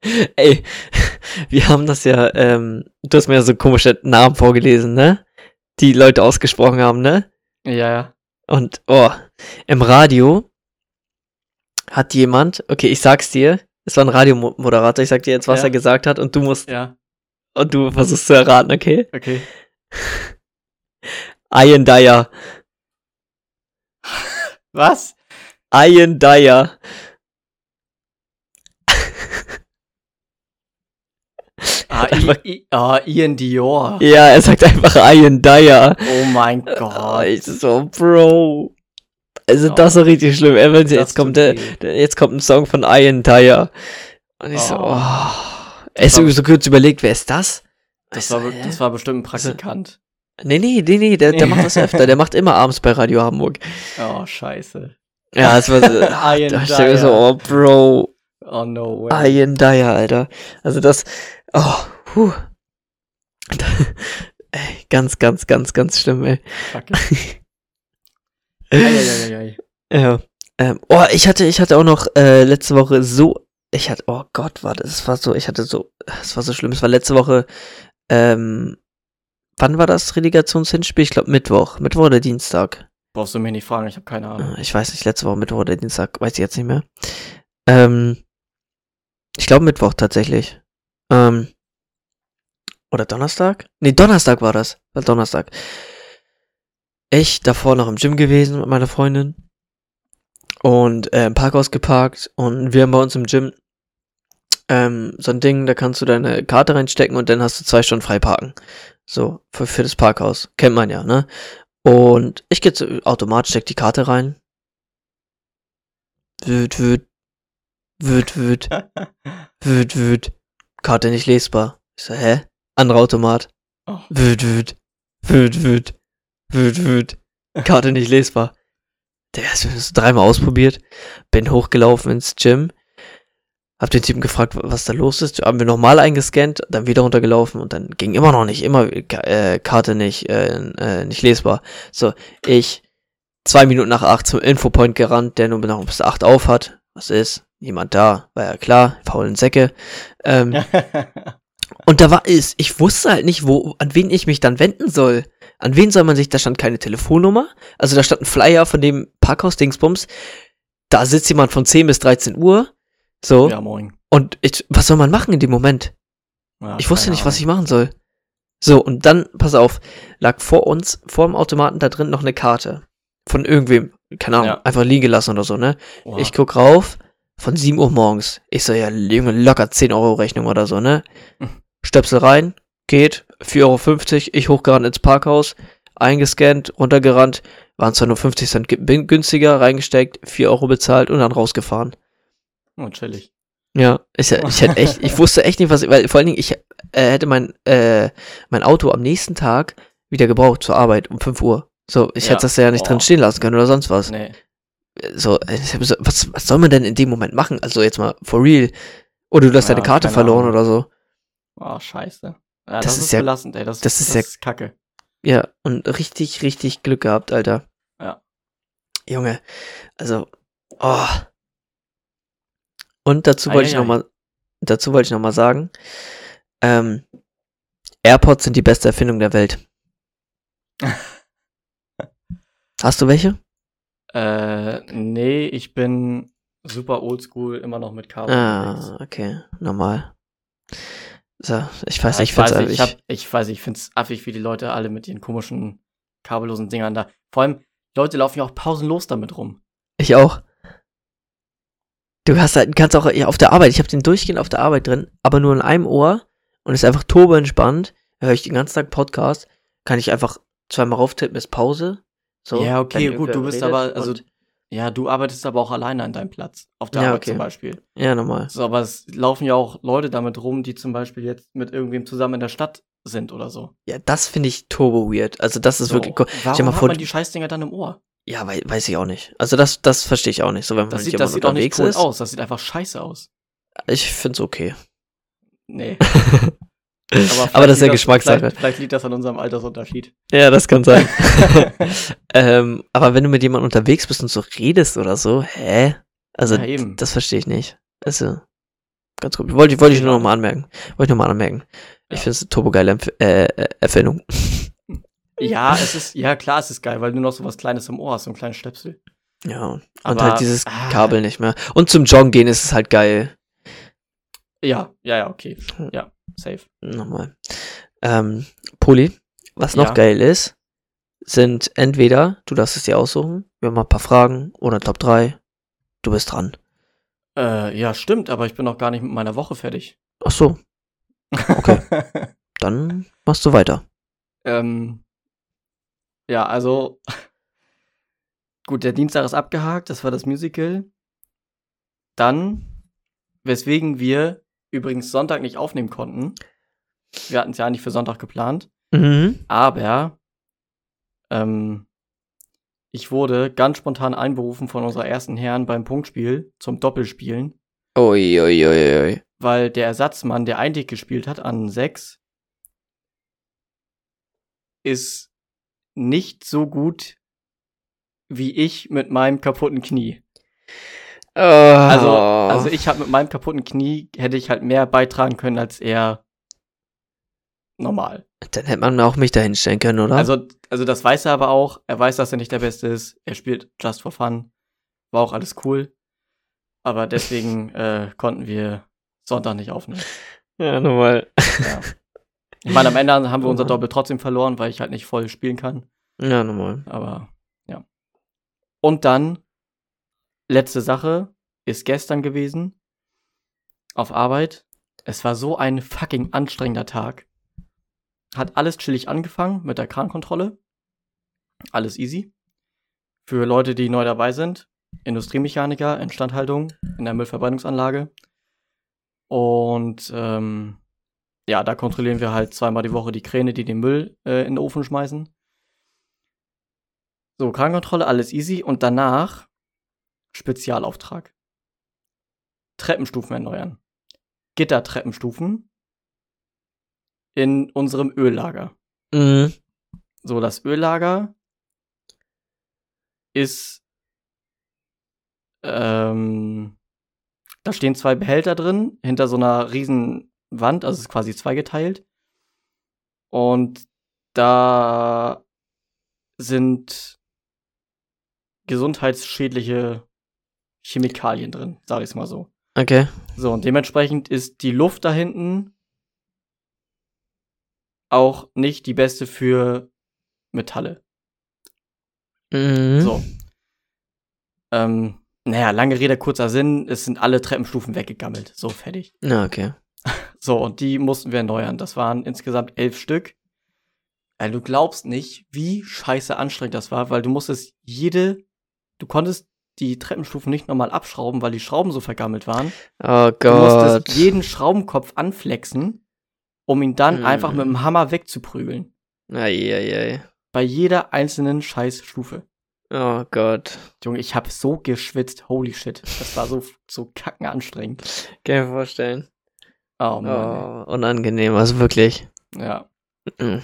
Speaker 1: (laughs) ey, (laughs) wir haben das ja, ähm, du hast mir ja so komische Namen vorgelesen, ne? Die Leute ausgesprochen haben, ne?
Speaker 2: Ja, ja.
Speaker 1: Und oh, im Radio hat jemand, okay, ich sag's dir, es war ein Radiomoderator, ich sag dir jetzt, was
Speaker 2: Ja.
Speaker 1: er gesagt hat und du musst
Speaker 2: Ja,
Speaker 1: und du versuchst zu erraten, okay?
Speaker 2: okay.
Speaker 1: Ian Dyer.
Speaker 2: Was?
Speaker 1: Ian Dyer.
Speaker 2: Ah, I, I, ah Ian Dior.
Speaker 1: Ja, er sagt einfach Ian Dyer.
Speaker 2: Oh
Speaker 1: (laughs)
Speaker 2: mein
Speaker 1: Oh,
Speaker 2: Gott.
Speaker 1: ich so, Bro. Also
Speaker 2: Oh.
Speaker 1: das ist richtig schlimm. Er meinte,
Speaker 2: Das
Speaker 1: jetzt kommt der,
Speaker 2: tut weh.
Speaker 1: jetzt kommt ein Song von Ian Dyer. Und ich so,
Speaker 2: Oh.
Speaker 1: oh. Er ist
Speaker 2: war-
Speaker 1: so kurz überlegt, wer ist das? Ich
Speaker 2: Das
Speaker 1: so,
Speaker 2: war, be-
Speaker 1: hä?
Speaker 2: das war bestimmt ein Praktikant.
Speaker 1: Nee, nee, nee, nee, der, der macht das öfter. Der macht immer abends bei Radio Hamburg.
Speaker 2: Oh, scheiße.
Speaker 1: Ja, es war
Speaker 2: (laughs)
Speaker 1: so.
Speaker 2: Ian
Speaker 1: (laughs) da ich dachte mir
Speaker 2: Dyer.
Speaker 1: so, oh, Bro.
Speaker 2: Oh, no way.
Speaker 1: Ian Dyer, Alter. Also das. Oh, puh. (laughs) (laughs) Ey, ganz, ganz, ganz, ganz schlimm, ey.
Speaker 2: Fuck. Eieieiei.
Speaker 1: Ja. Ähm, oh, ich hatte, ich hatte auch noch äh, letzte Woche so, ich hatte, oh Gott, war das, es war so, ich hatte so, es war so schlimm, es war letzte Woche, ähm, wann war das Relegationshinspiel? Ich glaube Mittwoch, Mittwoch oder Dienstag.
Speaker 2: Brauchst du mich nicht fragen, ich habe keine
Speaker 1: (laughs)
Speaker 2: Ahnung.
Speaker 1: Äh, Ich weiß nicht, letzte Woche Mittwoch oder Dienstag, weiß ich jetzt nicht mehr. Ähm, ich glaube Mittwoch tatsächlich. Ähm, oder Donnerstag? Nee, Donnerstag war das. War Donnerstag. Ich davor noch im Gym gewesen mit meiner Freundin und äh, im Parkhaus geparkt und wir haben bei uns im Gym ähm, so ein Ding, da kannst du deine Karte reinstecken und dann hast du zwei Stunden frei parken. So, für, für das Parkhaus. Kennt man ja, ne? Und ich gehe zu Automat, steck die Karte rein. Wüt, wüt. Wüt, wüt. Wüt, wüt. Karte nicht lesbar. Ich so, hä? Anderer Automat.
Speaker 2: Oh. (laughs)
Speaker 1: Wüt, wüt. Wüt, wüt. Wüt, wüt. Karte nicht lesbar. Der ist das dreimal ausprobiert. Bin hochgelaufen ins Gym. Hab den Typen gefragt, was da los ist. Haben wir nochmal eingescannt, dann wieder runtergelaufen und dann ging immer noch nicht, immer äh, Karte nicht, äh, äh, nicht lesbar. So, ich zwei Minuten nach acht zum Infopoint gerannt, der nur noch bis acht auf hat. Was ist? Niemand da, war ja klar, faulen Säcke. Ähm, und da war es, ich wusste halt nicht, wo, an wen ich mich dann wenden soll. An wen soll man sich, da stand keine Telefonnummer. Also da stand ein Flyer von dem Parkhaus Dingsbums. Da sitzt jemand von 10 bis 13 Uhr. So.
Speaker 2: ja, moin.
Speaker 1: Und ich, was soll man machen in dem Moment?
Speaker 2: Ja,
Speaker 1: Ich wusste
Speaker 2: keine
Speaker 1: nicht, was ich
Speaker 2: Ahnung.
Speaker 1: machen soll. So, und dann, pass auf, lag vor uns, vor dem Automaten da drin noch eine Karte. Von irgendwem. Keine Ahnung,
Speaker 2: Ja.
Speaker 1: einfach liegen gelassen oder so, ne?
Speaker 2: Oha.
Speaker 1: Ich guck rauf, von 7 Uhr morgens. Ich so, ja, Junge, locker 10 Euro Rechnung oder so,
Speaker 2: (laughs)
Speaker 1: ne?
Speaker 2: Mhm.
Speaker 1: Stöpsel rein, geht, 4,50 Euro, ich hochgerannt ins Parkhaus, eingescannt, runtergerannt, waren zwar nur 50 Cent ge- bin- günstiger, reingesteckt, 4 Euro bezahlt und dann rausgefahren.
Speaker 2: Oh, chillig.
Speaker 1: Ja, ich, ich hätte echt, ich wusste echt nicht, was, weil vor allen Dingen, ich äh, hätte mein, äh, mein Auto am nächsten Tag wieder gebraucht zur Arbeit um 5 Uhr. So, ich
Speaker 2: Ja.
Speaker 1: hätte das ja nicht drin
Speaker 2: Boah.
Speaker 1: stehen lassen können oder sonst was
Speaker 2: Nee.
Speaker 1: so, äh, was, was soll man denn in dem Moment machen? Also jetzt mal for real. Oder du hast
Speaker 2: Ja,
Speaker 1: deine Karte
Speaker 2: keine
Speaker 1: verloren
Speaker 2: Ahnung.
Speaker 1: oder so.
Speaker 2: Oh, scheiße. Ja,
Speaker 1: Das
Speaker 2: das,
Speaker 1: ist
Speaker 2: ist
Speaker 1: ja-
Speaker 2: belastend, ey. Das,
Speaker 1: das ist
Speaker 2: das
Speaker 1: ja-
Speaker 2: ist kacke.
Speaker 1: Ja, und richtig, richtig Glück gehabt, Alter.
Speaker 2: Ja.
Speaker 1: Junge, also, oh. Und dazu wollte ich
Speaker 2: Eieiei.
Speaker 1: nochmal, dazu wollte ich nochmal sagen, ähm, AirPods sind die beste Erfindung der
Speaker 2: (laughs)
Speaker 1: Welt. Hast du welche?
Speaker 2: Äh, nee, ich bin super oldschool, immer noch mit Kabel. unterwegs.
Speaker 1: Ah, okay, normal. So, ich weiß
Speaker 2: Ja,
Speaker 1: nicht,
Speaker 2: ich, weiß,
Speaker 1: find's-
Speaker 2: nicht, ich, hab, ich weiß, nicht, ich find's affig, wie die Leute alle mit ihren komischen kabellosen Dingern da. Vor allem, Leute laufen ja auch pausenlos damit rum.
Speaker 1: Ich auch. Du hast halt, kannst auch ja, auf der Arbeit, ich habe den durchgehend auf der Arbeit drin, aber nur in einem Ohr und ist einfach turbo entspannt. Höre ich den ganzen Tag Podcast, kann ich einfach zweimal rauftippen, ist Pause. So,
Speaker 2: Ja, okay,
Speaker 1: wenn
Speaker 2: gut, du
Speaker 1: irgendwer
Speaker 2: bist
Speaker 1: redet
Speaker 2: aber- also-
Speaker 1: und-
Speaker 2: Ja, du arbeitest aber auch alleine an deinem Platz. Auf der
Speaker 1: Ja,
Speaker 2: Arbeit
Speaker 1: okay.
Speaker 2: zum Beispiel.
Speaker 1: ja, normal.
Speaker 2: So, aber es laufen ja auch Leute damit rum, die zum Beispiel jetzt mit irgendwem zusammen in der Stadt sind oder so.
Speaker 1: Ja, das finde ich turbo weird. Also, das ist
Speaker 2: so,
Speaker 1: wirklich cool.
Speaker 2: Warum
Speaker 1: mal
Speaker 2: hat
Speaker 1: vor,
Speaker 2: man die Scheißdinger dann im Ohr?
Speaker 1: Ja, wei weiß ich auch nicht. Also, das, das verstehe ich auch nicht. So, wenn man
Speaker 2: Das
Speaker 1: nicht
Speaker 2: sieht, das
Speaker 1: jemand
Speaker 2: sieht auch nicht
Speaker 1: unterwegs
Speaker 2: cool
Speaker 1: ist.
Speaker 2: aus. Das sieht einfach scheiße aus.
Speaker 1: Ich find's okay. (laughs)
Speaker 2: Nee.
Speaker 1: Aber, (laughs)
Speaker 2: vielleicht
Speaker 1: das ist ja
Speaker 2: liegt
Speaker 1: Geschmackssache.
Speaker 2: Vielleicht, vielleicht liegt das an unserem Altersunterschied.
Speaker 1: Ja, das kann
Speaker 2: (laughs)
Speaker 1: sein. ähm, aber wenn du mit jemandem unterwegs bist und so redest oder so, hä? Also,
Speaker 2: Ja, eben.
Speaker 1: das verstehe ich nicht. Also, ganz gut. Wollte, wollte ich nur nochmal anmerken. Wollte ich nochmal anmerken. Ich
Speaker 2: Ja.
Speaker 1: finde es eine turbogeile Empf- äh, äh, Erfindung.
Speaker 2: Ja, es ist, ja klar, es ist geil, weil du noch so was Kleines im Ohr hast, so einen kleinen Stöpsel.
Speaker 1: Ja. Und
Speaker 2: Aber-
Speaker 1: halt dieses
Speaker 2: ah.
Speaker 1: Kabel nicht mehr. Und zum Joggen gehen ist es halt geil.
Speaker 2: Ja, ja, ja, okay. Ja, safe.
Speaker 1: Nochmal. Ähm, Poli, was noch
Speaker 2: Ja.
Speaker 1: geil ist, sind entweder, du darfst es dir aussuchen, wir haben mal ein paar Fragen oder Top 3. Du bist dran.
Speaker 2: Äh, ja, stimmt, aber ich bin noch gar nicht mit meiner Woche fertig.
Speaker 1: Ach
Speaker 2: (laughs)
Speaker 1: so, Okay. dann machst du weiter.
Speaker 2: ähm, ja, also. (laughs) Gut, der Dienstag ist abgehakt, das war das Musical. Dann, weswegen wir übrigens Sonntag nicht aufnehmen konnten. Wir hatten es ja nicht für Sonntag geplant.
Speaker 1: Mhm.
Speaker 2: Aber ähm, ich wurde ganz spontan einberufen von unserer ersten Herren beim Punktspiel zum Doppelspielen,
Speaker 1: Uiuiuiui.
Speaker 2: weil der Ersatzmann, der eigentlich gespielt hat an 6, ist nicht so gut wie ich mit meinem kaputten Knie.
Speaker 1: Oh.
Speaker 2: Also,
Speaker 1: Ah.
Speaker 2: also ich habe mit meinem kaputten Knie hätte ich halt mehr beitragen können als er normal.
Speaker 1: Dann hätte man auch mich dahin stellen können, oder?
Speaker 2: Also, also das weiß er aber auch. Er weiß, dass er nicht der Beste ist. Er spielt just for fun. War auch alles cool. Aber deswegen (laughs) äh, konnten wir Sonntag nicht aufnehmen.
Speaker 1: ja, nochmal.
Speaker 2: Ja. Ich meine, am Ende haben wir unser Doppel trotzdem verloren, weil ich halt nicht voll spielen kann.
Speaker 1: Ja, nochmal.
Speaker 2: Aber ja. Und dann, letzte Sache, ist gestern gewesen. Auf Arbeit. Es war so ein fucking anstrengender Tag. Hat alles chillig angefangen mit der Krankontrolle. Alles easy. Für Leute, die neu dabei sind. Industriemechaniker, Instandhaltung in der Müllverbrennungsanlage. Und ähm, ja, da kontrollieren wir halt zweimal die Woche die Kräne, die den Müll äh, in den Ofen schmeißen. So, Krankenkontrolle, alles easy. Und danach Spezialauftrag. Treppenstufen erneuern. Gittertreppenstufen in unserem Öllager.
Speaker 1: Mhm.
Speaker 2: So, das Öllager ist. Ähm, da stehen zwei Behälter drin, hinter so einer riesen Wand, also es ist quasi zweigeteilt. Und da sind gesundheitsschädliche Chemikalien drin, sage ich es mal so.
Speaker 1: Okay.
Speaker 2: So, und dementsprechend ist die Luft da hinten auch nicht die beste für Metalle.
Speaker 1: Mhm.
Speaker 2: So. Ähm, naja, lange Rede, kurzer Sinn, es sind alle Treppenstufen weggegammelt. So, fertig.
Speaker 1: Ja, okay.
Speaker 2: So, und die mussten wir erneuern. Das waren insgesamt elf Stück. Also, du glaubst nicht, wie scheiße anstrengend das war, weil du musstest jede, du konntest die Treppenstufen nicht nochmal abschrauben, weil die Schrauben so vergammelt waren.
Speaker 1: Oh
Speaker 2: Du musstest
Speaker 1: Gott.
Speaker 2: jeden Schraubenkopf anflexen, um ihn dann
Speaker 1: Hm.
Speaker 2: einfach mit dem Hammer wegzuprügeln.
Speaker 1: Eieiei.
Speaker 2: Bei jeder einzelnen Scheißstufe.
Speaker 1: Oh Gott.
Speaker 2: Junge, ich hab so geschwitzt. Holy shit. Das war so, so kacken anstrengend.
Speaker 1: Kann ich mir vorstellen.
Speaker 2: Oh Mann.
Speaker 1: Oh, unangenehm, also wirklich.
Speaker 2: ey. Ja.
Speaker 1: Mhm.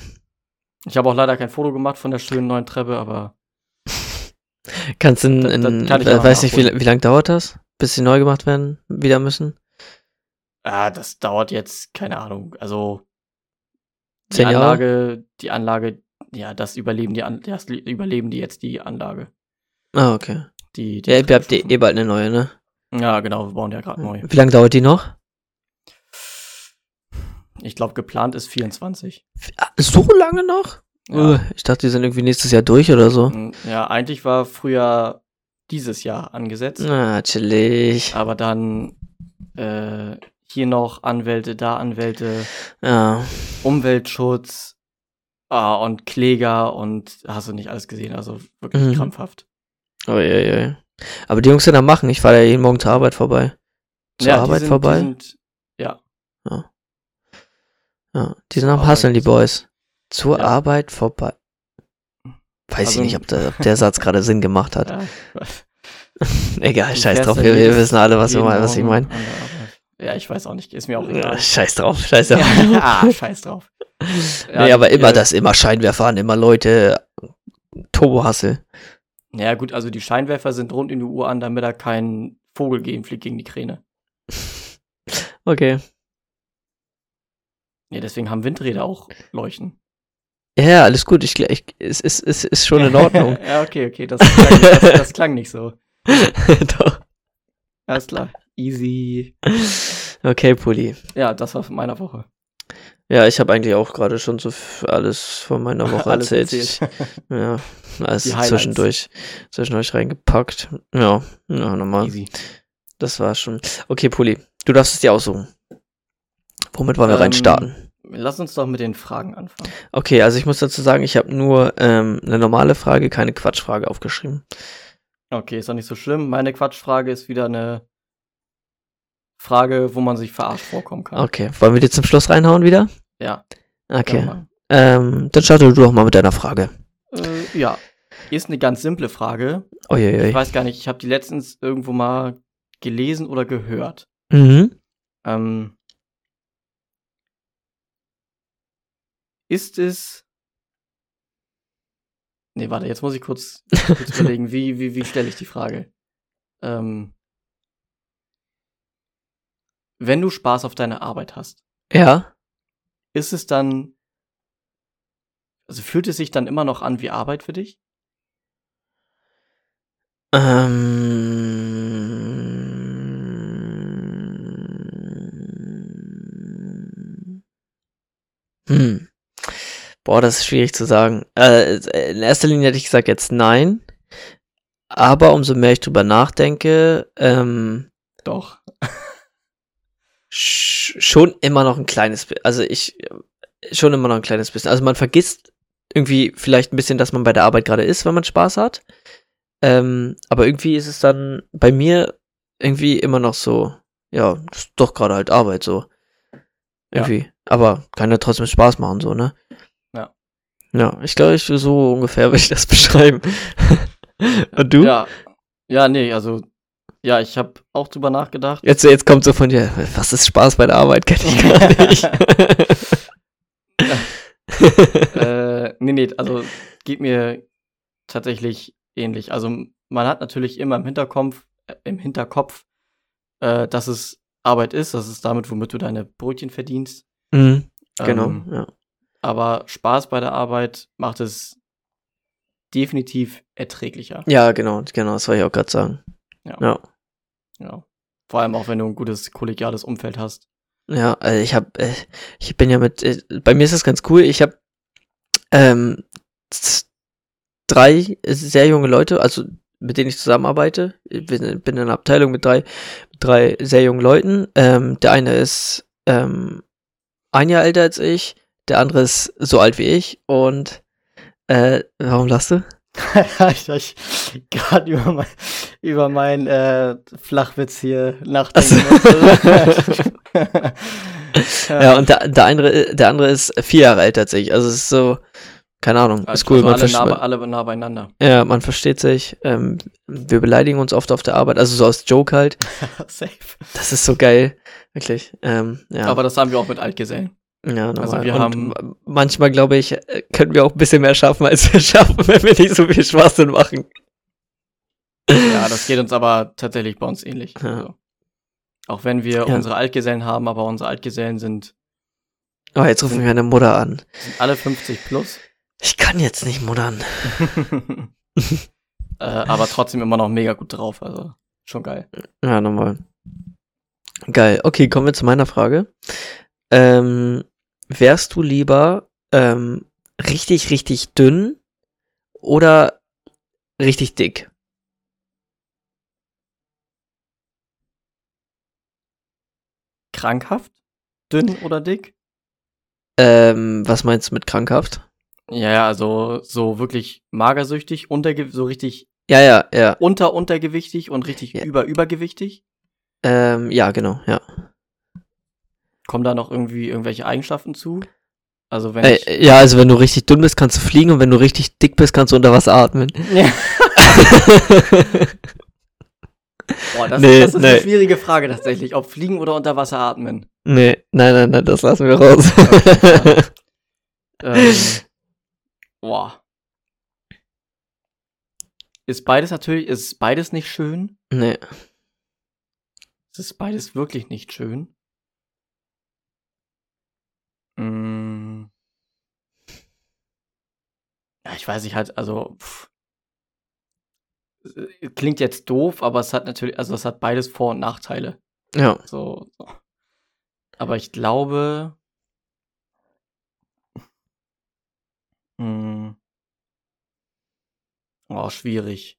Speaker 2: Ich habe auch leider kein Foto gemacht von der schönen neuen Treppe, aber
Speaker 1: Kannst in,
Speaker 2: Da-
Speaker 1: in
Speaker 2: da kann ich
Speaker 1: äh,
Speaker 2: auch
Speaker 1: weiß nicht, wie,
Speaker 2: nachholen.
Speaker 1: wie lange dauert das, bis sie neu gemacht werden, wieder müssen?
Speaker 2: Ah, das dauert jetzt, keine Ahnung. Also die
Speaker 1: Zehn Jahre?
Speaker 2: Anlage, die Anlage, ja, das überleben die An das le- überleben die jetzt die Anlage.
Speaker 1: Ah, okay.
Speaker 2: Die, die
Speaker 1: Ja, ihr habt eh eh
Speaker 2: Treppenstufen.
Speaker 1: bald eine neue, ne?
Speaker 2: ja, genau, wir bauen ja gerade neu.
Speaker 1: Wie lange dauert die noch?
Speaker 2: Ich glaube, geplant ist 24.
Speaker 1: Ah, So lange noch?
Speaker 2: Ja.
Speaker 1: Uh, ich dachte, die sind irgendwie nächstes Jahr durch oder so.
Speaker 2: Mm, ja, eigentlich war früher dieses Jahr angesetzt,
Speaker 1: Na, chillig.
Speaker 2: aber dann äh, hier noch Anwälte, da Anwälte,
Speaker 1: Ja.
Speaker 2: Umweltschutz ah, und Kläger und hast du nicht alles gesehen, also wirklich
Speaker 1: Mhm.
Speaker 2: krampfhaft.
Speaker 1: Uiuiui. Aber die Jungs sind am machen. Ich fahre ja jeden Morgen zur Arbeit vorbei. Zur
Speaker 2: die
Speaker 1: Arbeit
Speaker 2: sind,
Speaker 1: vorbei?
Speaker 2: Die sind,
Speaker 1: ja. die sind am
Speaker 2: Arbeit.
Speaker 1: Hasseln, die Boys. Zur
Speaker 2: Ja.
Speaker 1: Arbeit vorbei. Weiß
Speaker 2: Also-
Speaker 1: ich nicht, ob der, ob der Satz gerade Sinn gemacht hat.
Speaker 2: (laughs) Ja,
Speaker 1: Egal,
Speaker 2: Du
Speaker 1: scheiß
Speaker 2: fährst
Speaker 1: drauf.
Speaker 2: ja
Speaker 1: Wir, wir
Speaker 2: jedes-
Speaker 1: wissen alle, was, wir,
Speaker 2: äh, jeden
Speaker 1: meinen, was ich
Speaker 2: Morgen
Speaker 1: meine.
Speaker 2: an der Arbeit. Ja, ich weiß auch nicht. Ist mir auch
Speaker 1: Ja, (laughs)
Speaker 2: egal.
Speaker 1: scheiß drauf, scheiß drauf.
Speaker 2: (laughs) Ja.
Speaker 1: (laughs)
Speaker 2: ah, scheiß drauf. Ja,
Speaker 1: nee, aber
Speaker 2: die,
Speaker 1: immer
Speaker 2: äh,
Speaker 1: das, immer Scheinwerfer an, immer Leute. Turbo-Hassel.
Speaker 2: Ja, gut, also die Scheinwerfer sind rund in die Uhr an, damit da kein Vogel gegen fliegt gegen die Kräne.
Speaker 1: Okay.
Speaker 2: Nee, deswegen haben Windräder auch Leuchten.
Speaker 1: Ja, ja, alles gut. Ich, ich, es ist, ist, ist schon in Ordnung. (laughs)
Speaker 2: (laughs) ja, okay, okay. Das klang, das, das klang nicht so.
Speaker 1: Doch.
Speaker 2: Alles klar. Easy.
Speaker 1: Okay, Pulli.
Speaker 2: Ja, das war von meiner Woche.
Speaker 1: Ja, ich habe eigentlich auch gerade schon so f- alles von meiner Woche
Speaker 2: (laughs) Alles
Speaker 1: erzählt.
Speaker 2: erzählt.
Speaker 1: Ja, alles
Speaker 2: Die Highlights.
Speaker 1: zwischendurch, zwischendurch reingepackt. Ja, (laughs) ja, nochmal.
Speaker 2: Easy.
Speaker 1: Das war schon. Okay, Pulli, du darfst es dir aussuchen. Womit wollen wir
Speaker 2: Ähm.
Speaker 1: reinstarten?
Speaker 2: Lass uns doch mit den Fragen anfangen.
Speaker 1: Okay, also ich muss dazu sagen, ich habe nur ähm, eine normale Frage, keine Quatschfrage aufgeschrieben.
Speaker 2: Okay, ist doch nicht so schlimm. Meine Quatschfrage ist wieder eine Frage, wo man sich verarscht vorkommen kann.
Speaker 1: Okay, wollen wir dir zum Schluss reinhauen wieder?
Speaker 2: Ja.
Speaker 1: Okay.
Speaker 2: Kann man.
Speaker 1: ähm, dann starte du doch mal mit deiner Frage.
Speaker 2: Äh, ja. Hier ist eine ganz simple Frage. Ich
Speaker 1: Uiuiui.
Speaker 2: weiß gar nicht, ich habe die letztens irgendwo mal gelesen oder gehört.
Speaker 1: Mhm.
Speaker 2: Ähm, ist es Nee, warte, jetzt muss ich kurz, kurz überlegen, wie, wie, wie stelle ich die Frage? Ähm, wenn du Spaß auf deiner Arbeit hast,
Speaker 1: Ja.
Speaker 2: ist es dann, also fühlt es sich dann immer noch an wie Arbeit für dich?
Speaker 1: Ähm. Hm. Boah, das ist schwierig zu sagen. Äh, in erster Linie hätte ich gesagt jetzt nein. Aber umso mehr ich drüber nachdenke, ähm,
Speaker 2: Doch.
Speaker 1: sch- schon immer noch ein kleines, bi- also ich äh, schon immer noch ein kleines bisschen. Also man vergisst irgendwie vielleicht ein bisschen, dass man bei der Arbeit gerade ist, wenn man Spaß hat. Ähm, aber irgendwie ist es dann bei mir irgendwie immer noch so, ja, ist doch gerade halt Arbeit so.
Speaker 2: Ja.
Speaker 1: Irgendwie. Aber kann ja trotzdem Spaß machen, so, ne?
Speaker 2: Ja.
Speaker 1: Ja, ich glaube, ich so ungefähr (laughs) würde ich das beschreiben. Und du?
Speaker 2: Ja. Ja, nee, also, ja, ich habe auch drüber nachgedacht.
Speaker 1: Jetzt, jetzt kommt so von dir, was ist Spaß bei der Arbeit? Kenn ich gar nicht.
Speaker 2: äh, nee, nee, also geht mir tatsächlich ähnlich. Also man hat natürlich immer im Hinterkopf, äh, im Hinterkopf, äh, dass es Arbeit ist, das ist damit, womit du deine Brötchen verdienst.
Speaker 1: (laughs) mhm. Genau,
Speaker 2: Ähm,
Speaker 1: ja.
Speaker 2: aber Spaß bei der Arbeit macht es definitiv erträglicher.
Speaker 1: Ja, genau, genau, das wollte ich auch gerade sagen.
Speaker 2: Ja. genau. Vor allem auch, wenn du ein gutes kollegiales Umfeld hast.
Speaker 1: Ja, also ich habe, äh, ich bin ja mit, äh, bei mir ist das ganz cool, ich habe ähm, z- drei äh, sehr junge Leute, also mit denen ich zusammenarbeite. Ich bin, bin in einer Abteilung mit drei, mit drei sehr jungen Leuten. Ähm, der eine ist ähm, ein Jahr älter als ich, der andere ist so alt wie ich und äh, warum lachst du?
Speaker 2: (laughs) ich ich gerade über mein, über mein äh, Flachwitz hier
Speaker 1: nachdenken (laughs) Ja, und der, der andere, der andere ist vier Jahre älter als ich. Also es ist so, keine Ahnung, ist cool.
Speaker 2: Also
Speaker 1: Man,
Speaker 2: alle,
Speaker 1: versteht
Speaker 2: nah,
Speaker 1: man,
Speaker 2: alle nah beieinander.
Speaker 1: ja, man versteht sich. Ähm, wir beleidigen uns oft auf der Arbeit, also so aus Joke halt.
Speaker 2: (laughs) Safe.
Speaker 1: Das ist so geil, wirklich. Ähm, ja,
Speaker 2: Aber das haben wir auch mit Altgesellen.
Speaker 1: ja, normal.
Speaker 2: wir
Speaker 1: Und
Speaker 2: haben-
Speaker 1: ma- manchmal glaube ich, äh, können wir auch ein bisschen mehr schaffen, als wir (laughs) schaffen, wenn wir nicht so viel Schwachsinn machen.
Speaker 2: Ja, das geht uns aber tatsächlich bei uns ähnlich.
Speaker 1: Ja.
Speaker 2: Also, auch wenn wir
Speaker 1: Ja.
Speaker 2: unsere Altgesellen haben, aber unsere Altgesellen sind,
Speaker 1: Oh, jetzt rufen wir meine Mutter an.
Speaker 2: sind alle 50
Speaker 1: (laughs)
Speaker 2: plus.
Speaker 1: Ich kann jetzt nicht muttern.
Speaker 2: äh, aber trotzdem immer noch mega gut drauf. Also schon geil.
Speaker 1: Ja, nochmal. Geil. Okay, kommen wir zu meiner Frage. Ähm, wärst du lieber ähm, richtig, richtig dünn oder richtig dick?
Speaker 2: Krankhaft? Dünn oder dick?
Speaker 1: Ähm, was meinst du mit krankhaft?
Speaker 2: Ja, ja, also so wirklich magersüchtig, unterge so richtig
Speaker 1: Ja, ja, ja.
Speaker 2: unter untergewichtig und richtig
Speaker 1: Ja.
Speaker 2: über übergewichtig.
Speaker 1: Ähm, ja, genau, ja.
Speaker 2: Kommen da noch irgendwie irgendwelche Eigenschaften zu? Also wenn (laughs) ich
Speaker 1: Äh, ja, also wenn du richtig dünn bist, kannst du fliegen und wenn du richtig dick bist, kannst du unter Wasser atmen.
Speaker 2: Boah, das,
Speaker 1: Nee,
Speaker 2: das ist eine
Speaker 1: nee.
Speaker 2: schwierige Frage tatsächlich. Ob fliegen oder unter Wasser atmen.
Speaker 1: nee, nein, nein, nein, das lassen wir raus. (laughs)
Speaker 2: Ähm, boah. Ist beides natürlich, ist beides nicht schön?
Speaker 1: nee.
Speaker 2: Es ist beides wirklich nicht schön. Mm. Ja, ich weiß nicht, halt, also. Pff. Äh, Klingt jetzt doof, aber es hat natürlich, also es hat beides Vor- und Nachteile.
Speaker 1: Ja.
Speaker 2: So. so. Aber ich glaube. Hm. Oh, schwierig.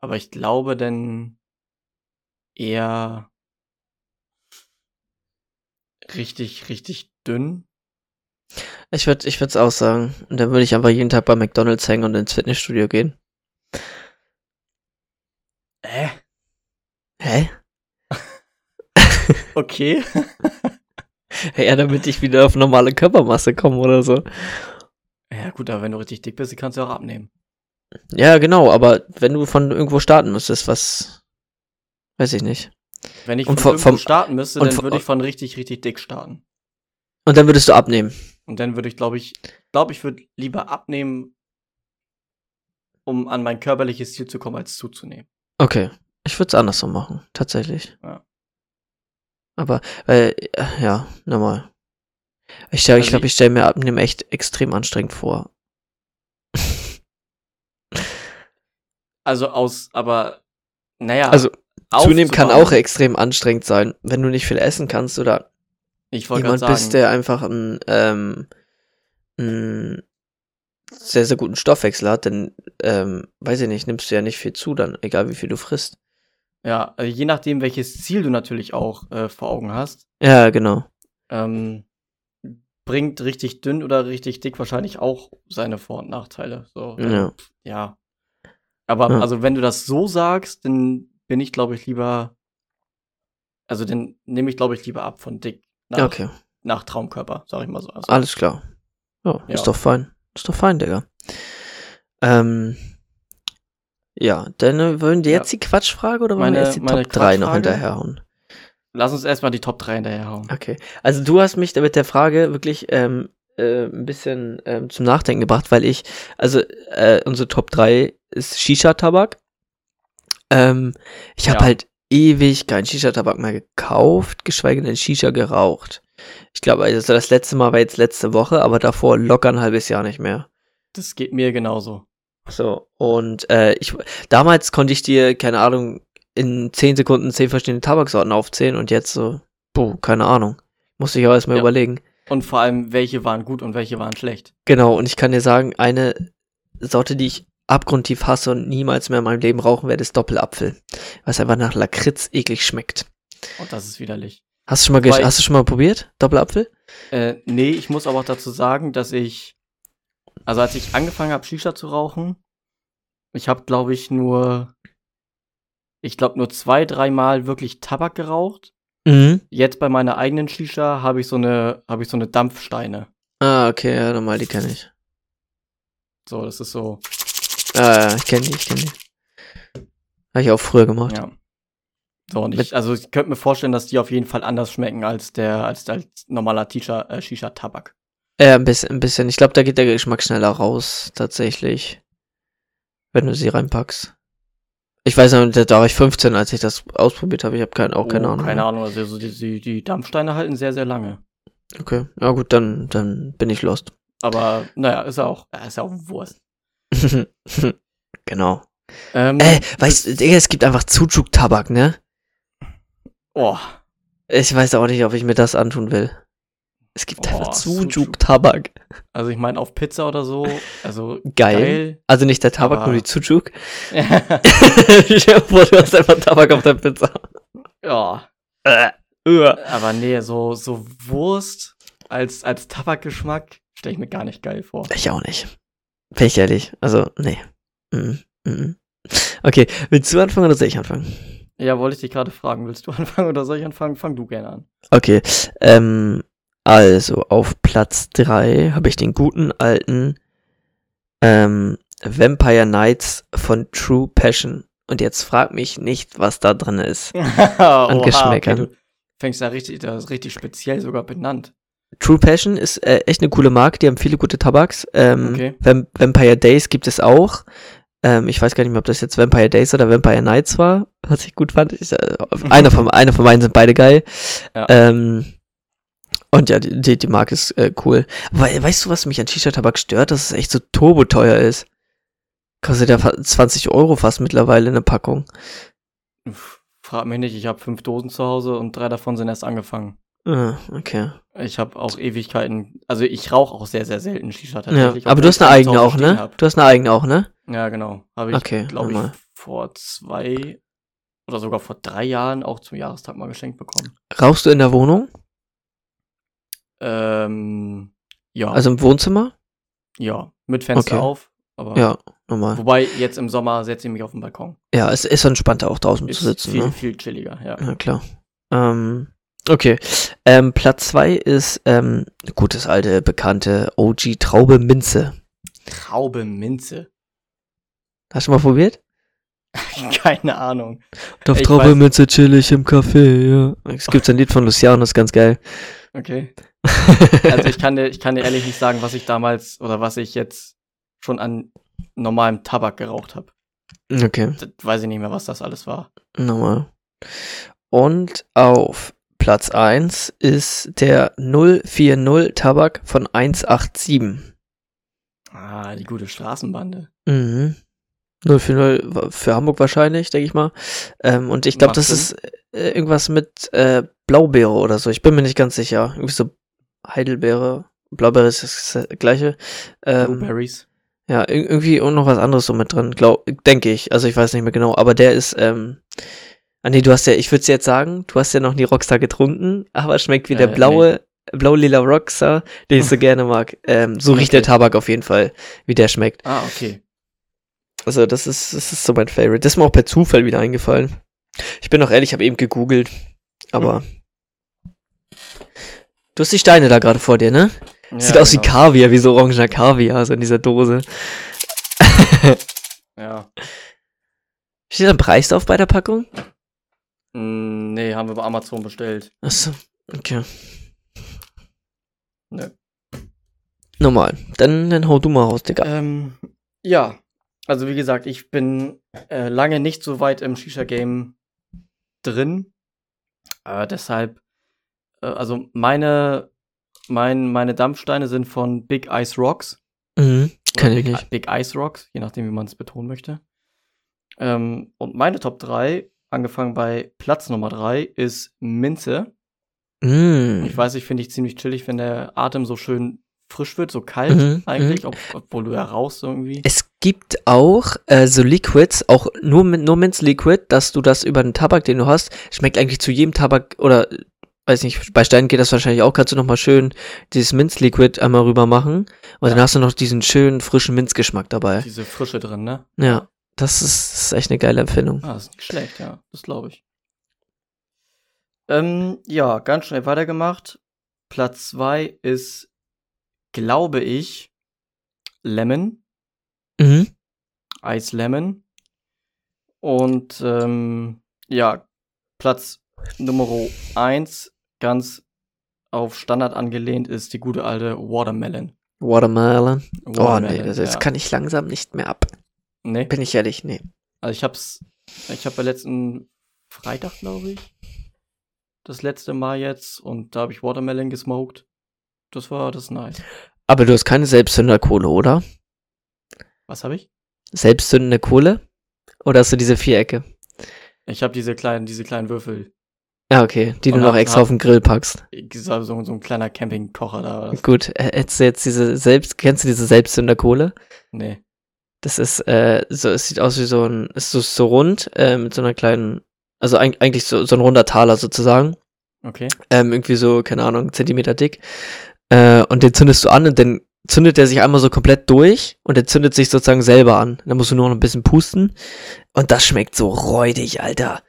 Speaker 2: Aber ich glaube dann eher richtig, richtig dünn.
Speaker 1: Ich würde ich würd's auch sagen. Und dann würde ich einfach jeden Tag bei McDonalds hängen und ins Fitnessstudio gehen.
Speaker 2: Äh,
Speaker 1: Hä? (laughs)
Speaker 2: okay. (laughs)
Speaker 1: Ja, damit ich wieder auf normale Körpermasse komme oder so.
Speaker 2: Ja, gut, aber wenn du richtig dick bist, kannst du auch abnehmen.
Speaker 1: Ja, genau, aber wenn du von irgendwo starten müsstest, was. Weiß ich nicht.
Speaker 2: Wenn ich
Speaker 1: Und
Speaker 2: von
Speaker 1: vom-
Speaker 2: irgendwo
Speaker 1: vom-
Speaker 2: starten müsste,
Speaker 1: und
Speaker 2: dann
Speaker 1: vom-
Speaker 2: würde ich von richtig, richtig dick starten.
Speaker 1: Und dann würdest du abnehmen.
Speaker 2: Und dann würde ich, glaube ich, glaube ich, würde lieber abnehmen um an mein körperliches Ziel zu kommen, als zuzunehmen.
Speaker 1: Okay. Ich würde es andersrum machen, tatsächlich.
Speaker 2: Ja.
Speaker 1: Aber, weil, äh, ja, normal. Ich glaube, ich,
Speaker 2: Also
Speaker 1: glaub,
Speaker 2: ich-
Speaker 1: ich stelle mir Abnehmen echt extrem anstrengend vor.
Speaker 2: Also aus, aber naja.
Speaker 1: Also, Zunehmen kann
Speaker 2: aufzubauen.
Speaker 1: auch extrem anstrengend sein, wenn du nicht viel essen kannst oder
Speaker 2: Ich wollte gerade
Speaker 1: jemand
Speaker 2: sagen.
Speaker 1: bist, der einfach einen, ähm, einen sehr, sehr guten Stoffwechsel hat, dann, ähm, weiß ich nicht, nimmst du ja nicht viel zu dann, egal wie viel du frisst.
Speaker 2: ja, also je nachdem, welches Ziel du natürlich auch äh, vor Augen hast,
Speaker 1: Ja, genau.
Speaker 2: ähm, bringt richtig dünn oder richtig dick wahrscheinlich auch seine Vor- und Nachteile. So, äh,
Speaker 1: Ja.
Speaker 2: ja. Aber
Speaker 1: Ja.
Speaker 2: also wenn du das so sagst, dann bin ich, glaube ich, lieber. Also dann nehme ich, glaube ich, lieber ab von dick nach,
Speaker 1: Okay, Ah.
Speaker 2: nach Traumkörper, sag ich mal so. Also,
Speaker 1: alles klar. Ja,
Speaker 2: Ja.
Speaker 1: ist doch fein. Ist doch fein, Digga. Ähm, ja, dann äh, wollen wir
Speaker 2: Ja.
Speaker 1: jetzt die Quatschfrage oder wollen wir
Speaker 2: Meine-
Speaker 1: erst die
Speaker 2: meine
Speaker 1: Top 3 noch
Speaker 2: Quatschfrage?
Speaker 1: hinterherhauen?
Speaker 2: Lass uns erstmal die Top 3 hinterherhauen.
Speaker 1: Okay. Also du hast mich mit der Frage wirklich ähm, äh, ein bisschen ähm, zum Nachdenken gebracht, weil ich, also äh, unsere Top 3 ist Shisha-Tabak. Ähm, ich habe
Speaker 2: Ja.
Speaker 1: halt ewig keinen Shisha-Tabak mehr gekauft, geschweige denn Shisha geraucht. Ich glaube, also das letzte Mal war jetzt letzte Woche, aber davor locker ein halbes Jahr nicht mehr.
Speaker 2: Das geht mir genauso.
Speaker 1: So, und äh, ich damals konnte ich dir, keine Ahnung, in 10 Sekunden 10 verschiedene Tabaksorten aufzählen und jetzt so, boah, keine Ahnung. Muss ich auch erstmal
Speaker 2: Ja.
Speaker 1: überlegen.
Speaker 2: Und vor allem, welche waren gut und welche waren schlecht.
Speaker 1: Genau, und ich kann dir sagen, eine Sorte, die ich abgrundtief hasse und niemals mehr in meinem Leben rauchen werde, ist Doppelapfel. Was einfach nach Lakritz eklig schmeckt.
Speaker 2: Und das ist widerlich.
Speaker 1: Hast du schon mal, ge-
Speaker 2: Weil-
Speaker 1: hast du schon mal probiert? Doppelapfel?
Speaker 2: Äh, nee, ich muss aber auch dazu sagen, dass ich, also als ich angefangen habe, Shisha zu rauchen, ich habe, glaube ich, nur, ich glaube, nur zwei, dreimal wirklich Tabak geraucht.
Speaker 1: Mhm.
Speaker 2: Jetzt bei meiner eigenen Shisha habe ich so eine, habe ich so eine Dampfsteine.
Speaker 1: Ah, okay, ja, normal, die kenne ich.
Speaker 2: So, das ist so,
Speaker 1: Ah, ja, ich kenne die, ich kenne die. Habe ich auch früher gemacht.
Speaker 2: ja. So, und
Speaker 1: Mit-
Speaker 2: ich, also ich könnte mir vorstellen, dass die auf jeden Fall anders schmecken als der, als, als normaler Tisha, äh, Shisha-Tabak.
Speaker 1: Ja, ein bisschen, ein bisschen. Ich glaube, da geht der Geschmack schneller raus, tatsächlich. Wenn du sie reinpackst. Ich weiß noch, da war ich 15, als ich das ausprobiert habe. Ich habe kein, auch keine
Speaker 2: Oh,
Speaker 1: Ahnung.
Speaker 2: Keine Ahnung, also so die, die, die Dampfsteine halten sehr, sehr lange.
Speaker 1: Okay, ja gut, dann, dann bin ich lost.
Speaker 2: Aber naja, ist ja auch, ja, ist ja auch Wurst.
Speaker 1: (laughs) genau.
Speaker 2: Ähm,
Speaker 1: Äh, weißt du, Digga, es gibt einfach Zutschuk-Tabak, ne?
Speaker 2: oh,
Speaker 1: Ich weiß auch nicht, ob ich mir das antun will. Es gibt
Speaker 2: Oh,
Speaker 1: einfach
Speaker 2: Sucuk.
Speaker 1: Zutschuk-Tabak.
Speaker 2: also ich meine auf Pizza oder so, also
Speaker 1: Geil. (laughs) Also nicht der Tabak,
Speaker 2: Aber-
Speaker 1: nur die (laughs) Zutschuk.
Speaker 2: geil.
Speaker 1: ich hoffe, du hast einfach Tabak auf der Pizza.
Speaker 2: ja,
Speaker 1: Äh, äh.
Speaker 2: aber nee, so so Wurst als als Tabakgeschmack stelle ich mir gar nicht geil vor.
Speaker 1: Ich auch nicht. Bin ich ehrlich. Also, nee. Mm, mm. Okay, willst du anfangen oder soll ich anfangen?
Speaker 2: Ja, wollte ich dich gerade fragen, willst du (laughs) anfangen oder soll ich anfangen? Fang du gerne an.
Speaker 1: Okay, ähm, also auf Platz 3 habe ich den guten alten ähm, Vampire Knights von True Passion. Und jetzt frag mich nicht, was da drin ist.
Speaker 2: (laughs) An
Speaker 1: Geschmäckern.
Speaker 2: du fängst ja richtig, das ist richtig speziell sogar benannt.
Speaker 1: True Passion ist äh, echt eine coole Marke, die haben viele gute Tabaks. Ähm,
Speaker 2: Okay.
Speaker 1: Vamp Vampire Days gibt es auch. Ähm, ich weiß gar nicht mehr, ob das jetzt Vampire Days oder Vampire Nights war, was ich gut fand. Ich, äh, einer, von, einer von beiden sind beide geil.
Speaker 2: Ja.
Speaker 1: Ähm, und ja, die, die- die Marke ist äh, cool. Aber äh, weißt du, was mich an Shisha-Tabak stört? Dass es echt so turboteuer ist. Kostet ja fa- 20 Euro fast mittlerweile eine Packung.
Speaker 2: Uff, Frag mich nicht, ich habe fünf Dosen zu Hause und drei davon sind erst angefangen.
Speaker 1: Ah, okay.
Speaker 2: Ich habe auch Ewigkeiten, also ich rauche auch sehr, sehr selten Shisha
Speaker 1: Ja,
Speaker 2: tatsächlich.
Speaker 1: aber du
Speaker 2: obwohl
Speaker 1: hast
Speaker 2: ich
Speaker 1: eine
Speaker 2: eins
Speaker 1: eigene
Speaker 2: zu
Speaker 1: auch,
Speaker 2: Hause stehen
Speaker 1: ne?
Speaker 2: hab.
Speaker 1: Du hast eine eigene auch, ne?
Speaker 2: Ja, genau. Habe ich,
Speaker 1: Okay,
Speaker 2: glaube
Speaker 1: normal.
Speaker 2: ich, vor zwei oder sogar vor drei Jahren auch zum Jahrestag mal geschenkt bekommen.
Speaker 1: Rauchst du in der Wohnung?
Speaker 2: Ähm, ja,
Speaker 1: Also im Wohnzimmer?
Speaker 2: ja, mit Fenster
Speaker 1: Okay.
Speaker 2: auf. Aber
Speaker 1: Ja, normal.
Speaker 2: Wobei, jetzt im Sommer setze ich mich auf den Balkon.
Speaker 1: Ja, es ist entspannter auch draußen zu sitzen.
Speaker 2: viel,
Speaker 1: Ne?
Speaker 2: viel chilliger, ja.
Speaker 1: Na klar. Ähm, okay. Ähm, Platz zwei ist ähm, gutes alte bekannte OG Traube Minze.
Speaker 2: Traube Minze. (laughs)
Speaker 1: Hast du mal probiert?
Speaker 2: Keine Ahnung.
Speaker 1: Doch
Speaker 2: Ich weiß-
Speaker 1: Traube Minze chill ich im Café, ja. Es gibt ein Lied von Luciano, ist ganz (laughs) geil.
Speaker 2: Okay. Also ich kann dir, ich kann dir ehrlich nicht sagen, was ich damals oder was ich jetzt schon an normalem Tabak geraucht habe.
Speaker 1: Okay,
Speaker 2: Das weiß ich nicht mehr, was das alles war.
Speaker 1: nochmal. Und auf Platz 1 ist der 040 Tabak von 187.
Speaker 2: Ah, die gute Straßenbande.
Speaker 1: Mhm. 040 wa- für Hamburg wahrscheinlich, denke ich mal. Ähm, und ich glaube,
Speaker 2: Macht
Speaker 1: das
Speaker 2: Sinn.
Speaker 1: ist äh, irgendwas mit äh, Blaubeere oder so. Ich bin mir nicht ganz sicher. Irgendwie so Heidelbeere. Blaubeere ist das äh, gleiche. Ähm,
Speaker 2: Blueberries.
Speaker 1: Ja, ir- irgendwie und noch was anderes so mit drin, glaub, denke ich. Also ich weiß nicht mehr genau, aber der ist, ähm, ah nee, du hast ja, ich würde jetzt sagen, du hast ja noch nie Rockstar getrunken, aber es schmeckt wie der
Speaker 2: Äh,
Speaker 1: blaue, blau-lila Rockstar, den
Speaker 2: (laughs)
Speaker 1: ich so gerne mag. Ähm, so riecht der
Speaker 2: Okay.
Speaker 1: Tabak auf jeden Fall, wie der schmeckt.
Speaker 2: Ah, okay.
Speaker 1: Also das ist, das ist so mein Favorite. Das ist mir auch per Zufall wieder eingefallen. Ich bin auch ehrlich, ich habe eben gegoogelt, aber
Speaker 2: Hm.
Speaker 1: du hast die Steine da gerade vor dir, ne? Sieht
Speaker 2: Ja,
Speaker 1: aus wie
Speaker 2: genau.
Speaker 1: Kaviar, wie so orangener Kaviar, so in dieser Dose.
Speaker 2: Ja.
Speaker 1: Steht da ein Preis drauf bei der Packung?
Speaker 2: Mm, nee, haben wir bei Amazon bestellt.
Speaker 1: Achso, okay.
Speaker 2: Nö.
Speaker 1: Normal. Dann, dann hau du mal raus, Digga.
Speaker 2: Ähm, ja, also wie gesagt, ich bin äh, lange nicht so weit im Shisha-Game drin. Äh, deshalb, äh, also meine, mein, meine Dampfsteine sind von Big Ice Rocks.
Speaker 1: Mhm.
Speaker 2: Oder
Speaker 1: Kenn ich
Speaker 2: Big,
Speaker 1: nicht.
Speaker 2: Big Ice Rocks, je nachdem, wie man es betonen möchte. Ähm, und meine Top 3, angefangen bei Platz Nummer 3, ist Minze. Ich
Speaker 1: Mhm.
Speaker 2: weiß, ich finde ich ziemlich chillig, wenn der Atem so schön frisch wird, so kalt
Speaker 1: Mhm,
Speaker 2: eigentlich, ob, obwohl du ja raus irgendwie.
Speaker 1: Es gibt auch äh, so Liquids, auch nur, Min- nur Minz Liquid, dass du das über den Tabak, den du hast, schmeckt eigentlich zu jedem Tabak oder äh, weiß nicht, bei Steinen geht das wahrscheinlich auch, kannst du nochmal schön dieses Minz Liquid einmal rüber machen und dann hast du noch diesen schönen frischen Minzgeschmack dabei.
Speaker 2: Diese Frische drin, ne?
Speaker 1: Ja, das ist, das ist echt eine geile Empfindung.
Speaker 2: Ah, ist nicht schlecht, ja. Das glaube ich. Ähm, ja, ganz schnell weitergemacht. Platz 2 ist, glaube ich, Lemon.
Speaker 1: Mhm.
Speaker 2: Ice Lemon. Und ähm, ja, Platz Nummer 1, ganz auf Standard angelehnt, ist die gute alte Watermelon.
Speaker 1: Watermelon. Oh
Speaker 2: Watermelon,
Speaker 1: nee, das, das
Speaker 2: ja.
Speaker 1: kann ich langsam nicht mehr ab.
Speaker 2: Nee,
Speaker 1: Bin ich ehrlich, nee.
Speaker 2: also ich hab's, ich hab bei letzten Freitag, glaube ich, das letzte Mal jetzt und da habe ich Watermelon gesmoked. Das war das ist nice.
Speaker 1: Aber du hast keine selbstzündende Kohle, oder?
Speaker 2: Was habe ich?
Speaker 1: Selbstzündende Kohle? Oder hast du diese Vierecke?
Speaker 2: Ich habe diese kleinen, diese kleinen Würfel.
Speaker 1: Ja, Ah, okay, die du
Speaker 2: Und
Speaker 1: noch
Speaker 2: hab-
Speaker 1: extra
Speaker 2: hab-
Speaker 1: auf den Grill packst.
Speaker 2: Ich- So, so so ein kleiner Campingkocher da. War das.
Speaker 1: Gut, äh, hättest du jetzt diese selbst, kennst du diese selbstzündende Kohle?
Speaker 2: Nee.
Speaker 1: Das ist, äh, so, es sieht aus wie so ein, es ist so, so rund, äh, mit so einer kleinen, also eig- eigentlich so, so ein runder Taler sozusagen.
Speaker 2: Okay.
Speaker 1: ähm, irgendwie so, keine Ahnung, Zentimeter dick. Äh, und den zündest du an und dann zündet der sich einmal so komplett durch und der zündet sich sozusagen selber an. Dann musst du nur noch ein bisschen pusten. Und das schmeckt so räudig, Alter.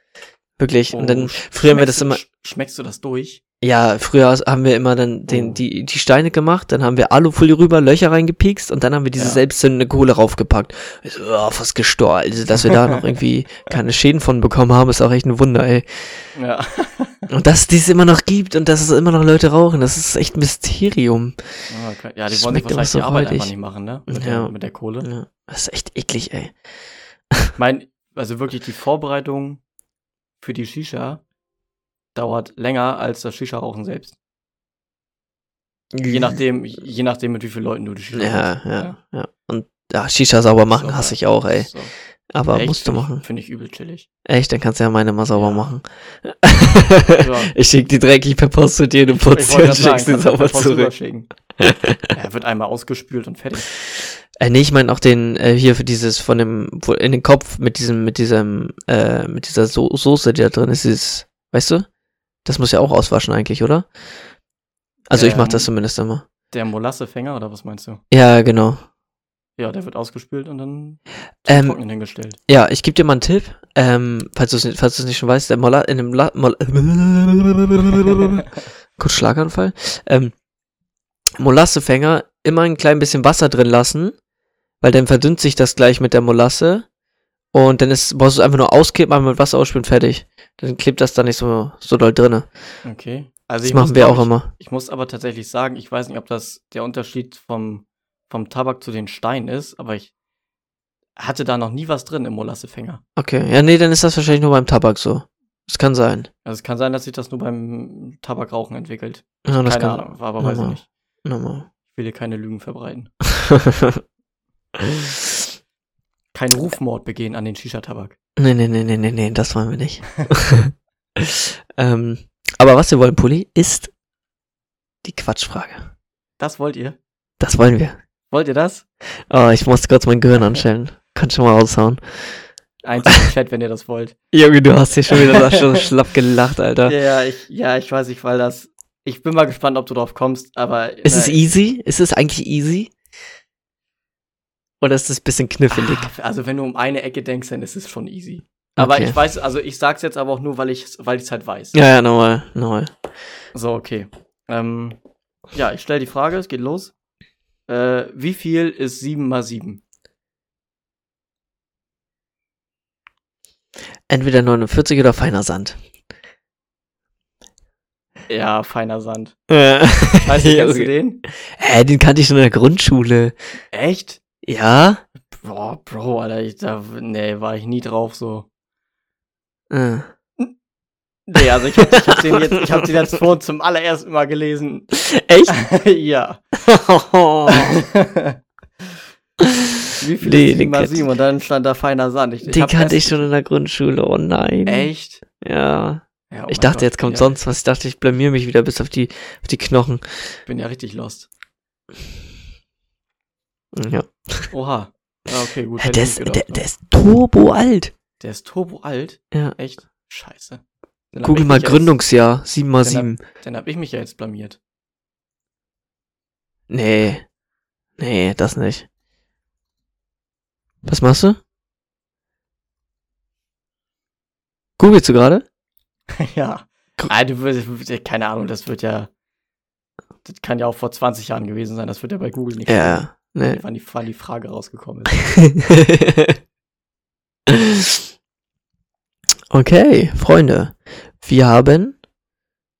Speaker 1: Wirklich. und dann
Speaker 2: sch-
Speaker 1: früher haben wir
Speaker 2: schmeckst
Speaker 1: das
Speaker 2: du-
Speaker 1: immer,
Speaker 2: sch- Schmeckst du das durch?
Speaker 1: ja, früher haben wir immer dann den,
Speaker 2: Oh.
Speaker 1: die, die Steine gemacht, dann haben wir Alufolie rüber, Löcher reingepiekst und dann haben wir diese
Speaker 2: Ja.
Speaker 1: selbstzündende Kohle raufgepackt. Ich so, oh, fast gestorben. Also, dass wir da
Speaker 2: (laughs)
Speaker 1: noch irgendwie keine Schäden von bekommen haben, ist auch echt ein Wunder, ey.
Speaker 2: Ja. (laughs)
Speaker 1: Und dass dies immer noch gibt und dass es immer noch Leute rauchen, das ist echt ein Mysterium.
Speaker 2: Ah, okay. Ja, die
Speaker 1: Das
Speaker 2: wollen sich
Speaker 1: schmeckt aber
Speaker 2: wahrscheinlich
Speaker 1: so
Speaker 2: die Arbeit
Speaker 1: räudig.
Speaker 2: einfach nicht machen, ne? Mit,
Speaker 1: Ja.
Speaker 2: der, mit der Kohle.
Speaker 1: Ja, das ist echt eklig, ey.
Speaker 2: Ich mein, also wirklich die Vorbereitung für die Shisha dauert länger als das Shisha-Rauchen selbst. Je nachdem, je nachdem, mit wie vielen Leuten du die Shisha
Speaker 1: Ja,
Speaker 2: rauchst.
Speaker 1: ja, ja. Und ja, Shisha sauber machen
Speaker 2: So,
Speaker 1: hasse ich auch, ey.
Speaker 2: So.
Speaker 1: Aber
Speaker 2: Echt,
Speaker 1: musst du
Speaker 2: find ich-
Speaker 1: machen.
Speaker 2: Finde ich übel chillig.
Speaker 1: Echt, dann kannst du ja meine mal sauber
Speaker 2: Ja.
Speaker 1: machen. (laughs)
Speaker 2: Ja.
Speaker 1: Ich schick die dreckig per Post zu dir, du
Speaker 2: Ich wollte
Speaker 1: putzt sie und
Speaker 2: grad sagen,
Speaker 1: (laughs) schickst sie
Speaker 2: kannst du
Speaker 1: sauber
Speaker 2: einfach
Speaker 1: zurück. (laughs)
Speaker 2: rüberschicken. Er wird einmal ausgespült und fertig.
Speaker 1: Äh, nee, ich meine auch den, äh, hier für dieses von dem, wo, in den Kopf mit diesem, mit diesem, äh, mit dieser so Soße, die da drin ist, dieses, weißt du? Das muss ja auch auswaschen eigentlich, oder? Also ich mach
Speaker 2: Ähm,
Speaker 1: das zumindest immer.
Speaker 2: Der Molassefänger, oder was meinst du?
Speaker 1: Ja, genau.
Speaker 2: Ja, der wird ausgespült und dann
Speaker 1: Ähm,
Speaker 2: trocknen hingestellt.
Speaker 1: Ja, ich gebe dir mal einen Tipp, ähm, falls du es falls du's nicht schon weißt, der Moller in dem La Mol (laughs) kurz Schlaganfall, ähm, Molassefänger immer ein klein bisschen Wasser drin lassen, weil dann verdünnt sich das gleich mit der Molasse und dann ist, brauchst du es einfach nur auskippen, einmal mit Wasser ausspülen, fertig. Dann klebt das da nicht so, so doll drinne.
Speaker 2: Okay. Also
Speaker 1: Das
Speaker 2: muss,
Speaker 1: machen wir
Speaker 2: glaub
Speaker 1: auch
Speaker 2: ich,
Speaker 1: immer.
Speaker 2: Ich muss aber tatsächlich sagen, ich weiß nicht, ob das der Unterschied vom, vom Tabak zu den Steinen ist, aber ich hatte da noch nie was drin im Molassefänger.
Speaker 1: Okay. Ja, nee, dann ist das wahrscheinlich nur beim Tabak so. Das kann sein.
Speaker 2: Also es kann sein, dass sich das nur beim Tabakrauchen entwickelt.
Speaker 1: Ja, das
Speaker 2: Keine
Speaker 1: kann
Speaker 2: Ahnung, war aber weiß ich
Speaker 1: Normal.
Speaker 2: nicht.
Speaker 1: Normal.
Speaker 2: Ich will hier keine Lügen verbreiten.
Speaker 1: (laughs)
Speaker 2: Keinen Rufmord begehen an den Shisha-Tabak.
Speaker 1: nee, nee, nee, nee, nee, nee, das wollen wir
Speaker 2: (laughs)
Speaker 1: nicht. (laughs) ähm, aber was wir wollen, Pulli, ist die Quatschfrage.
Speaker 2: Das wollt ihr?
Speaker 1: Das wollen wir.
Speaker 2: Wollt ihr das?
Speaker 1: Oh, ich musste kurz mein Gehirn anstellen. Kann schon mal raushauen.
Speaker 2: Eins im Chat, wenn ihr das
Speaker 1: (laughs)
Speaker 2: wollt.
Speaker 1: Junge, du hast hier schon wieder
Speaker 2: (laughs)
Speaker 1: so schlapp gelacht, Alter.
Speaker 2: Ja, ich, ja, ich weiß nicht, weil das. Ich bin mal gespannt, ob du drauf kommst, aber. äh,
Speaker 1: Ist es
Speaker 2: na,
Speaker 1: easy? Ist es eigentlich easy? Oder ist es ein bisschen knifflig?
Speaker 2: Ah, Also wenn du um eine Ecke denkst, dann ist es schon easy. Aber
Speaker 1: Okay.
Speaker 2: ich weiß, also ich sag's jetzt aber auch nur, weil ich weil ich's halt weiß.
Speaker 1: Ja, ja, nochmal, nochmal.
Speaker 2: So, okay. Ähm, ja, ich stell die Frage, es geht los. Äh, wie viel ist 7 mal 7?
Speaker 1: Entweder 49 oder feiner Sand.
Speaker 2: Ja, feiner Sand.
Speaker 1: (laughs) Äh,
Speaker 2: Weißt du, kennst du
Speaker 1: Junge.
Speaker 2: den?
Speaker 1: Hä, Äh, den kannte ich schon in der Grundschule.
Speaker 2: Echt?
Speaker 1: Ja?
Speaker 2: Boah, Bro, Alter, ich, da, nee, war ich nie drauf so.
Speaker 1: Äh.
Speaker 2: Nee, also ich hab, ich hab den jetzt, ich hab den jetzt vorhin zum allerersten Mal gelesen. (laughs)
Speaker 1: Echt? (laughs)
Speaker 2: ja. wie viel
Speaker 1: Nee,
Speaker 2: ist 7
Speaker 1: den
Speaker 2: mal
Speaker 1: kennt-
Speaker 2: 7? Und dann stand da feiner Sand. Ich,
Speaker 1: den
Speaker 2: hab
Speaker 1: kannte ich
Speaker 2: erst-
Speaker 1: schon in der Grundschule, oh nein.
Speaker 2: Echt?
Speaker 1: Ja.
Speaker 2: Ja, oh
Speaker 1: ich
Speaker 2: mein
Speaker 1: dachte,
Speaker 2: Gott,
Speaker 1: jetzt kommt
Speaker 2: ja,
Speaker 1: sonst was. Ich dachte, ich blamier mich wieder bis auf die, auf die Knochen.
Speaker 2: Ich bin ja richtig lost.
Speaker 1: Hm, Ja.
Speaker 2: Oha. Ah, okay, gut.
Speaker 1: Hä,
Speaker 2: hätte
Speaker 1: der,
Speaker 2: ich
Speaker 1: ist,
Speaker 2: nicht
Speaker 1: der,
Speaker 2: gedacht. ne?
Speaker 1: der ist turbo alt.
Speaker 2: Der ist turbo alt.
Speaker 1: Ja.
Speaker 2: Echt? Scheiße. Dann hab
Speaker 1: Google
Speaker 2: ich
Speaker 1: mal
Speaker 2: mich ja
Speaker 1: Gründungsjahr, 7 mal
Speaker 2: Dann
Speaker 1: 7
Speaker 2: Jetzt, dann hab ich mich ja jetzt blamiert. (laughs)
Speaker 1: Nee. Nee, das nicht. Was machst du? Googlest du gerade?
Speaker 2: ja.
Speaker 1: Gr-
Speaker 2: Ah, du würdest, keine Ahnung, das wird ja. Das kann ja auch vor 20 Jahren gewesen sein. Das wird ja bei Google nicht. stehen,
Speaker 1: Ja, nee.
Speaker 2: Wann die, wann die Frage rausgekommen
Speaker 1: (laughs)
Speaker 2: ist.
Speaker 1: (laughs) okay, Freunde. Wir haben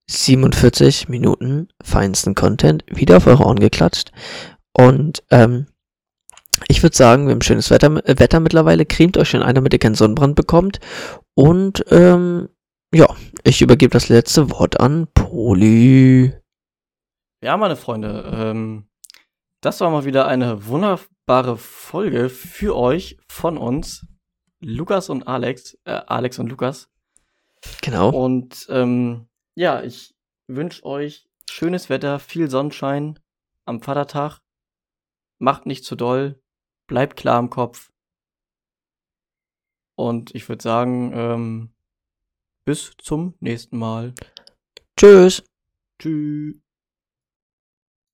Speaker 1: 47 Minuten feinsten Content wieder auf eure Ohren geklatscht. Und ähm, ich würde sagen, wir haben schönes Wetter, äh, Wetter mittlerweile. Cremt euch schon ein, damit ihr keinen Sonnenbrand bekommt. Und ähm, ja, ich übergebe das letzte Wort an Poli.
Speaker 2: Ja, meine Freunde, ähm, das war mal wieder eine wunderbare Folge für euch, von uns, Lukas und Alex, äh, Alex und Lukas. Oh.
Speaker 1: Genau.
Speaker 2: Und ähm, ja, ich wünsche euch schönes Wetter, viel Sonnenschein am Vatertag. Macht nicht zu doll, bleibt klar im Kopf. Und ich würde sagen, ähm, bis zum nächsten Mal.
Speaker 1: Tschüss.
Speaker 2: Tschüss.